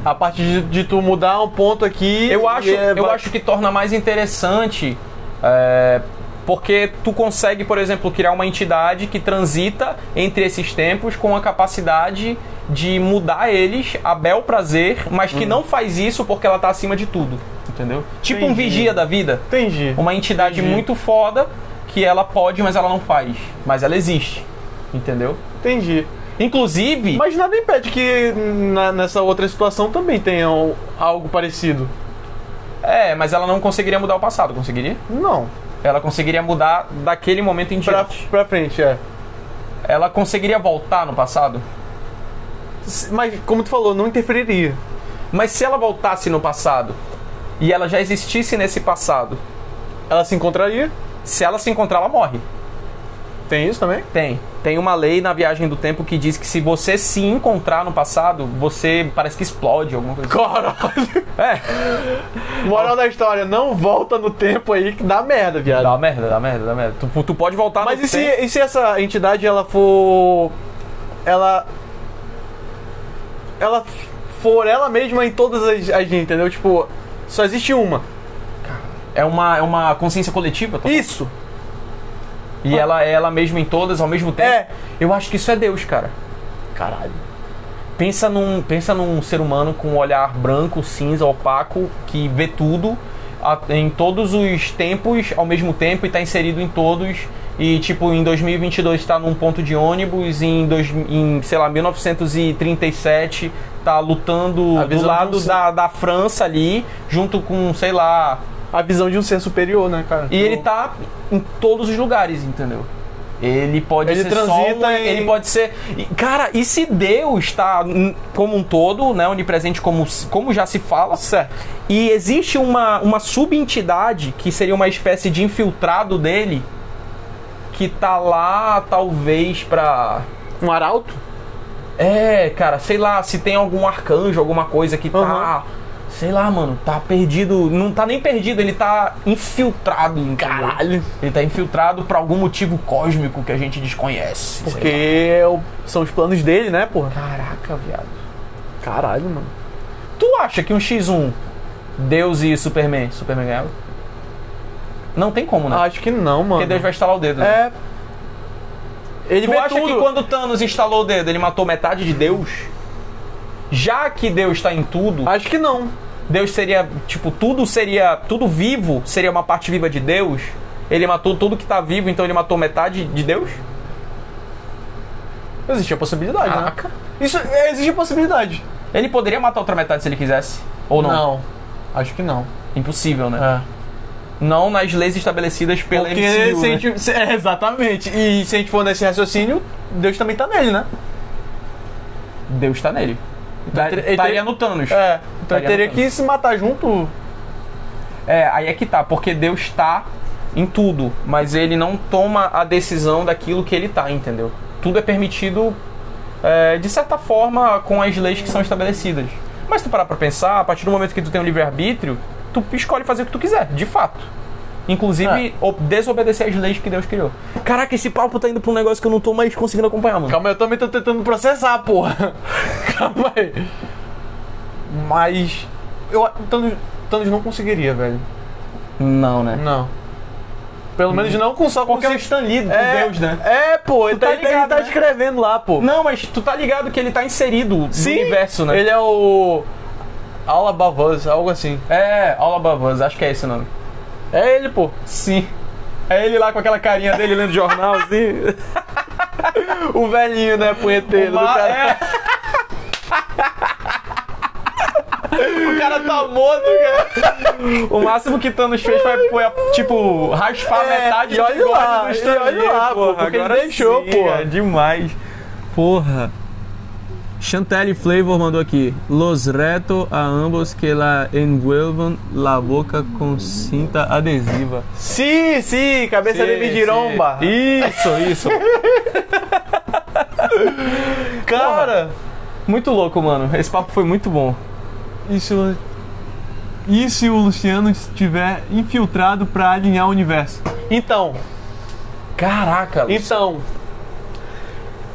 Speaker 1: a parte de, de tu mudar um ponto aqui.
Speaker 2: Eu acho,
Speaker 1: e é-
Speaker 2: eu
Speaker 1: vai-
Speaker 2: acho que torna mais interessante é, porque tu consegue, por exemplo, criar uma entidade que transita entre esses tempos com a capacidade de mudar eles a bel prazer, mas
Speaker 1: Hum.
Speaker 2: que não faz isso porque ela tá acima de tudo, entendeu? Tipo um
Speaker 1: Entendi.
Speaker 2: vigia da vida,
Speaker 1: Entendi.
Speaker 2: uma entidade
Speaker 1: Entendi.
Speaker 2: muito foda que ela pode, mas ela não faz, mas ela existe, entendeu?
Speaker 1: Entendi.
Speaker 2: Inclusive,
Speaker 1: Mas nada impede que na- nessa outra situação também tenha um- algo parecido.
Speaker 2: é, mas ela não conseguiria mudar o passado, conseguiria?
Speaker 1: Não.
Speaker 2: Ela conseguiria mudar daquele momento em
Speaker 1: Pra,
Speaker 2: diante.
Speaker 1: pra frente, é.
Speaker 2: Ela conseguiria voltar no passado?
Speaker 1: S- Mas, como tu falou, não interferiria.
Speaker 2: Mas se ela voltasse no passado e ela já existisse nesse passado,
Speaker 1: Ela se encontraria.
Speaker 2: se ela se encontrar, ela morre.
Speaker 1: Tem isso também?
Speaker 2: Tem. Tem uma lei na viagem do tempo que diz que se você se encontrar no passado, você parece que explode alguma coisa.
Speaker 1: Caralho.
Speaker 2: É.
Speaker 1: Moral da história, não volta no tempo aí que dá merda, viado.
Speaker 2: Dá merda, dá merda, dá merda. Tu, tu pode voltar
Speaker 1: Mas
Speaker 2: Tá no
Speaker 1: e se,
Speaker 2: tempo.
Speaker 1: e se essa entidade ela for. Ela. Ela for ela mesma em todas as, as entendeu? Tipo, só existe uma.
Speaker 2: É uma, é uma consciência coletiva, tô falando.
Speaker 1: Isso!
Speaker 2: E ela é ela mesma em todas ao mesmo tempo.
Speaker 1: É.
Speaker 2: Eu acho que isso é Deus, cara.
Speaker 1: Caralho.
Speaker 2: Pensa num, pensa num ser humano com um olhar branco, cinza, opaco, que vê tudo a- em todos os tempos ao mesmo tempo e tá inserido em todos. E, tipo, em 2022 tá num ponto de ônibus, em, dois, em sei lá, 1937 tá lutando
Speaker 1: A visão
Speaker 2: do
Speaker 1: de
Speaker 2: lado
Speaker 1: um ser-
Speaker 2: da, da França ali, junto com, sei lá.
Speaker 1: A visão de um ser superior, né, cara?
Speaker 2: E ele tá em todos os lugares, entendeu? Ele pode
Speaker 1: Ele
Speaker 2: ser
Speaker 1: transita
Speaker 2: só um,
Speaker 1: em-
Speaker 2: ele pode ser. e, Cara, e se Deus tá hum, como um todo, né, onipresente como s- como já se fala,
Speaker 1: Certo.
Speaker 2: e existe uma uma subentidade que seria uma espécie de infiltrado dele que tá lá talvez pra
Speaker 1: Um arauto?
Speaker 2: é, cara, sei lá, se tem algum arcanjo, alguma coisa que tá. Sei lá, mano, tá perdido. Não tá nem perdido, ele tá infiltrado. entendeu?
Speaker 1: Caralho.
Speaker 2: Ele tá infiltrado por algum motivo cósmico que a gente desconhece. sei
Speaker 1: Porque
Speaker 2: lá.
Speaker 1: é o- são os planos dele, né, porra?
Speaker 2: Caraca, viado.
Speaker 1: Caralho, mano.
Speaker 2: Tu acha que um X1, Deus e Superman. Superman ganhava? Não tem como, né?
Speaker 1: Acho que não, mano.
Speaker 2: Porque Deus vai instalar o dedo. Né?
Speaker 1: É. Ele
Speaker 2: Tu
Speaker 1: vê
Speaker 2: acha
Speaker 1: tudo.
Speaker 2: que quando Thanos instalou o dedo, ele matou metade de Deus? Já que Deus tá em tudo,
Speaker 1: Acho que não.
Speaker 2: Deus seria, tipo, tudo seria, tudo vivo seria uma parte viva de Deus. Ele matou tudo que tá vivo, então ele matou metade de Deus?
Speaker 1: Existe a possibilidade,
Speaker 2: Caraca.
Speaker 1: né? Isso é, existe a possibilidade.
Speaker 2: Ele poderia matar outra metade se ele quisesse? Ou não?
Speaker 1: Acho que não.
Speaker 2: Impossível, né?
Speaker 1: É.
Speaker 2: Não nas leis estabelecidas pela
Speaker 1: Porque
Speaker 2: MCU,
Speaker 1: se a
Speaker 2: né?
Speaker 1: gente, se- é, exatamente. E se a gente for nesse raciocínio, Deus também tá nele, né?
Speaker 2: Deus tá nele. Tá-
Speaker 1: ele teria-
Speaker 2: Estaria no Thanos.
Speaker 1: É. Então
Speaker 2: Estaria
Speaker 1: ele teria
Speaker 2: no
Speaker 1: que se matar junto.
Speaker 2: É, aí é que tá, porque Deus tá em tudo, mas ele não toma a decisão daquilo que ele tá, entendeu? Tudo é permitido, é, de certa forma, com as leis que são estabelecidas. Mas se tu parar pra pensar, a partir do momento que tu tem um livre-arbítrio, tu escolhe fazer o que tu quiser, de fato. Inclusive,
Speaker 1: É.
Speaker 2: ob- desobedecer as leis que Deus criou. Caraca, esse papo tá indo pra um negócio que eu não tô mais conseguindo acompanhar, mano.
Speaker 1: Calma aí, eu também tô tentando processar, porra. Calma aí. Mas. Eu, Thanos, Thanos não conseguiria, velho.
Speaker 2: Não, né?
Speaker 1: Não. Pelo menos não com só com
Speaker 2: Hum. Porque é o
Speaker 1: Stan-
Speaker 2: Stan Lee,
Speaker 1: é,
Speaker 2: Deus, né?
Speaker 1: É, pô, ele
Speaker 2: tá
Speaker 1: tá, ele tá-
Speaker 2: ligado,
Speaker 1: ele tá
Speaker 2: né?
Speaker 1: escrevendo lá, pô.
Speaker 2: Não, mas tu tá ligado que ele tá inserido
Speaker 1: Sim,
Speaker 2: no universo, né?
Speaker 1: Ele é o. All Above Us, algo assim.
Speaker 2: É, All Above Us, acho que é esse o nome.
Speaker 1: É ele, pô.
Speaker 2: Sim. É ele lá com aquela carinha dele lendo jornal, assim.
Speaker 1: O velhinho, né, punheteiro do cara.
Speaker 2: é. O cara tá morto, cara. O máximo que Thanos fez foi, foi, tipo, raspar
Speaker 1: É,
Speaker 2: metade
Speaker 1: e
Speaker 2: do
Speaker 1: olha
Speaker 2: bigode
Speaker 1: lá,
Speaker 2: do Stan
Speaker 1: e olha
Speaker 2: Lee,
Speaker 1: lá, pô, porque ele deixou,
Speaker 2: sim,
Speaker 1: pô.
Speaker 2: é demais. Porra. Chantelle Flavor mandou aqui. Los reto a ambos que la envuelvan la boca com cinta adesiva.
Speaker 1: Sim, sim,
Speaker 2: é
Speaker 1: cabeça de Midiromba.
Speaker 2: sim. Isso, isso.
Speaker 1: Ih, cara,
Speaker 2: Muito louco, mano. Esse papo foi muito bom.
Speaker 1: e se, o- e se o Luciano estiver infiltrado pra alinhar o universo? Então,
Speaker 2: Caraca,
Speaker 1: então,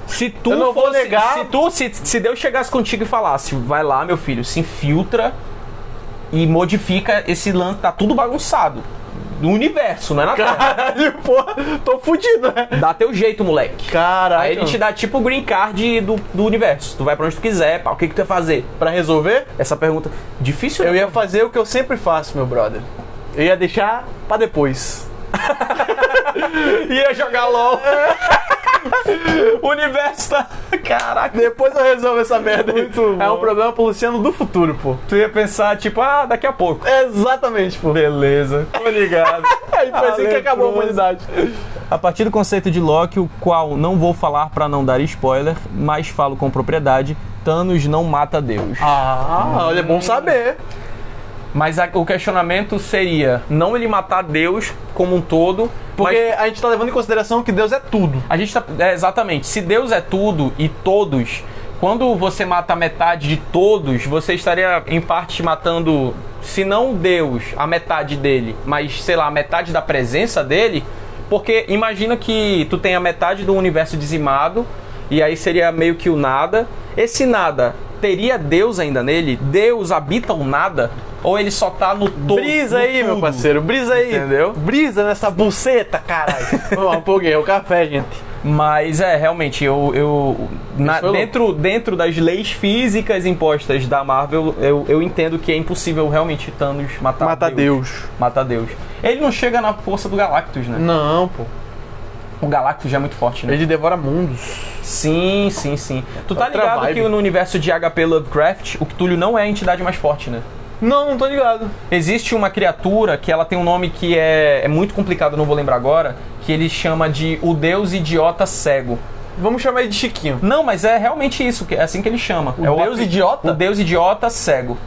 Speaker 2: se tu
Speaker 1: eu não vou
Speaker 2: fosse-
Speaker 1: negar-
Speaker 2: se tu se, se Deus chegasse contigo e falasse, vai lá, meu filho, se infiltra e modifica esse lance, tá tudo bagunçado. No universo, não é na Terra.
Speaker 1: caralho, porra, tô fudido, né?
Speaker 2: Dá teu jeito, moleque.
Speaker 1: Caralho.
Speaker 2: Aí ele te dá tipo o green card do, do universo. Tu vai pra onde tu quiser, pá. O que, que tu vai fazer?
Speaker 1: Pra resolver,
Speaker 2: Essa pergunta. Difícil,
Speaker 1: eu
Speaker 2: né?
Speaker 1: ia fazer o que eu sempre faço, meu brother. Eu ia deixar pra depois.
Speaker 2: ia jogar LOL. o universo tá. Caraca.
Speaker 1: Depois eu resolvo essa merda. aí.
Speaker 2: Muito bom.
Speaker 1: É um problema pro Luciano do futuro, pô.
Speaker 2: Tu ia pensar, tipo, ah, daqui a pouco.
Speaker 1: Exatamente, pô. Beleza. Tô ligado. Aí foi assim que
Speaker 2: Valeu,
Speaker 1: acabou a
Speaker 2: pronto.
Speaker 1: humanidade.
Speaker 2: A partir do conceito de Loki, o qual não vou falar pra não dar spoiler, mas falo com propriedade, Thanos não mata Deus.
Speaker 1: Ah, olha, é bom saber.
Speaker 2: Mas a- o questionamento seria, não ele matar Deus como um todo,
Speaker 1: Porque
Speaker 2: porque
Speaker 1: a gente tá levando em consideração que Deus é tudo.
Speaker 2: a gente tá, é, exatamente, se Deus é tudo e todos, quando você mata metade de todos, você estaria em parte matando, se não Deus, a metade dele, mas sei lá, a metade da presença dele, porque imagina que tu tem a metade do universo dizimado e aí seria meio que o nada. Esse nada teria Deus ainda nele? Deus habita o nada? Ou ele só tá no todo?
Speaker 1: Brisa
Speaker 2: no
Speaker 1: aí, meu
Speaker 2: tudo?
Speaker 1: parceiro, brisa aí.
Speaker 2: Entendeu?
Speaker 1: Brisa nessa buceta, caralho. Ó, Empolguei, é o café, gente.
Speaker 2: Mas é, realmente, eu. eu na-
Speaker 1: Isso foi louco.
Speaker 2: dentro, dentro das leis físicas impostas da Marvel, eu, eu entendo que é impossível realmente Thanos matar
Speaker 1: Mata Tá Deus.
Speaker 2: Mata Deus. Ele não chega na força do Galactus, né?
Speaker 1: Não, pô.
Speaker 2: O Galactus já é muito forte, né?
Speaker 1: Ele devora mundos.
Speaker 2: Sim, sim, sim. Tu tá
Speaker 1: Outra
Speaker 2: ligado
Speaker 1: vibe.
Speaker 2: que no universo de HP Lovecraft, o Cthulhu não é a entidade mais forte, né?
Speaker 1: Não, não tô ligado.
Speaker 2: Existe uma criatura que ela tem um nome que é, é muito complicado, não vou lembrar agora, que ele chama de o Deus Idiota Cego.
Speaker 1: Vamos chamar ele de Chiquinho.
Speaker 2: Não, mas é realmente isso, que- é assim que ele chama.
Speaker 1: O
Speaker 2: é
Speaker 1: deus idiota?
Speaker 2: O deus idiota cego.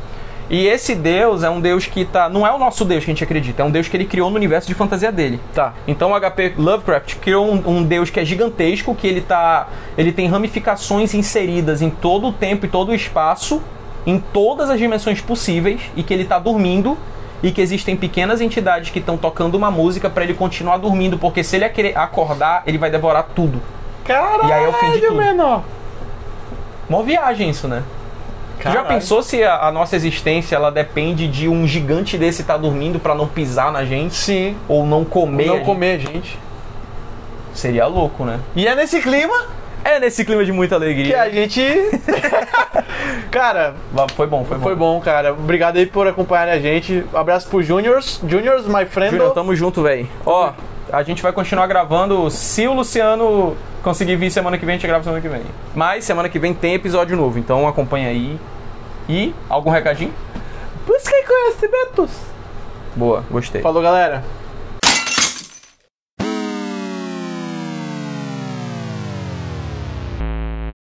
Speaker 2: E esse deus é um deus que tá. Não é o nosso deus que a gente acredita, é um deus que ele criou no universo de fantasia dele.
Speaker 1: Tá.
Speaker 2: Então o HP Lovecraft criou um, um deus que é gigantesco, que ele tá. Ele tem ramificações inseridas em todo o tempo e todo o espaço, em todas as dimensões possíveis, e que ele tá dormindo. E que existem pequenas entidades que estão tocando uma música pra ele continuar dormindo, porque se ele aquele- acordar, ele vai devorar tudo.
Speaker 1: Caralho,
Speaker 2: E aí é o fim de tudo.
Speaker 1: menor.
Speaker 2: Mó viagem isso, né? Tu já
Speaker 1: Caralho.
Speaker 2: pensou se a, a nossa existência ela depende de um gigante desse estar dormindo pra não pisar na gente
Speaker 1: Sim.
Speaker 2: ou não comer? a
Speaker 1: Não
Speaker 2: gente?
Speaker 1: comer, gente.
Speaker 2: Seria louco, né?
Speaker 1: E é nesse clima
Speaker 2: É nesse clima de muita
Speaker 1: que
Speaker 2: alegria.
Speaker 1: a gente. Cara,
Speaker 2: Mas Foi bom, foi Tá bom.
Speaker 1: foi bom, cara. Obrigado aí por acompanhar a gente. Abraço pro Juniors. Juniors, my friend.
Speaker 2: Júnior, tamo junto, velho. Ó, a gente vai continuar gravando. Se o Luciano conseguir vir semana que vem, a gente grava semana que vem. Mas semana que vem tem episódio novo, então acompanha aí. E algum recadinho?
Speaker 1: Busquem conhecimentos.
Speaker 2: Boa, gostei.
Speaker 1: Falou, galera.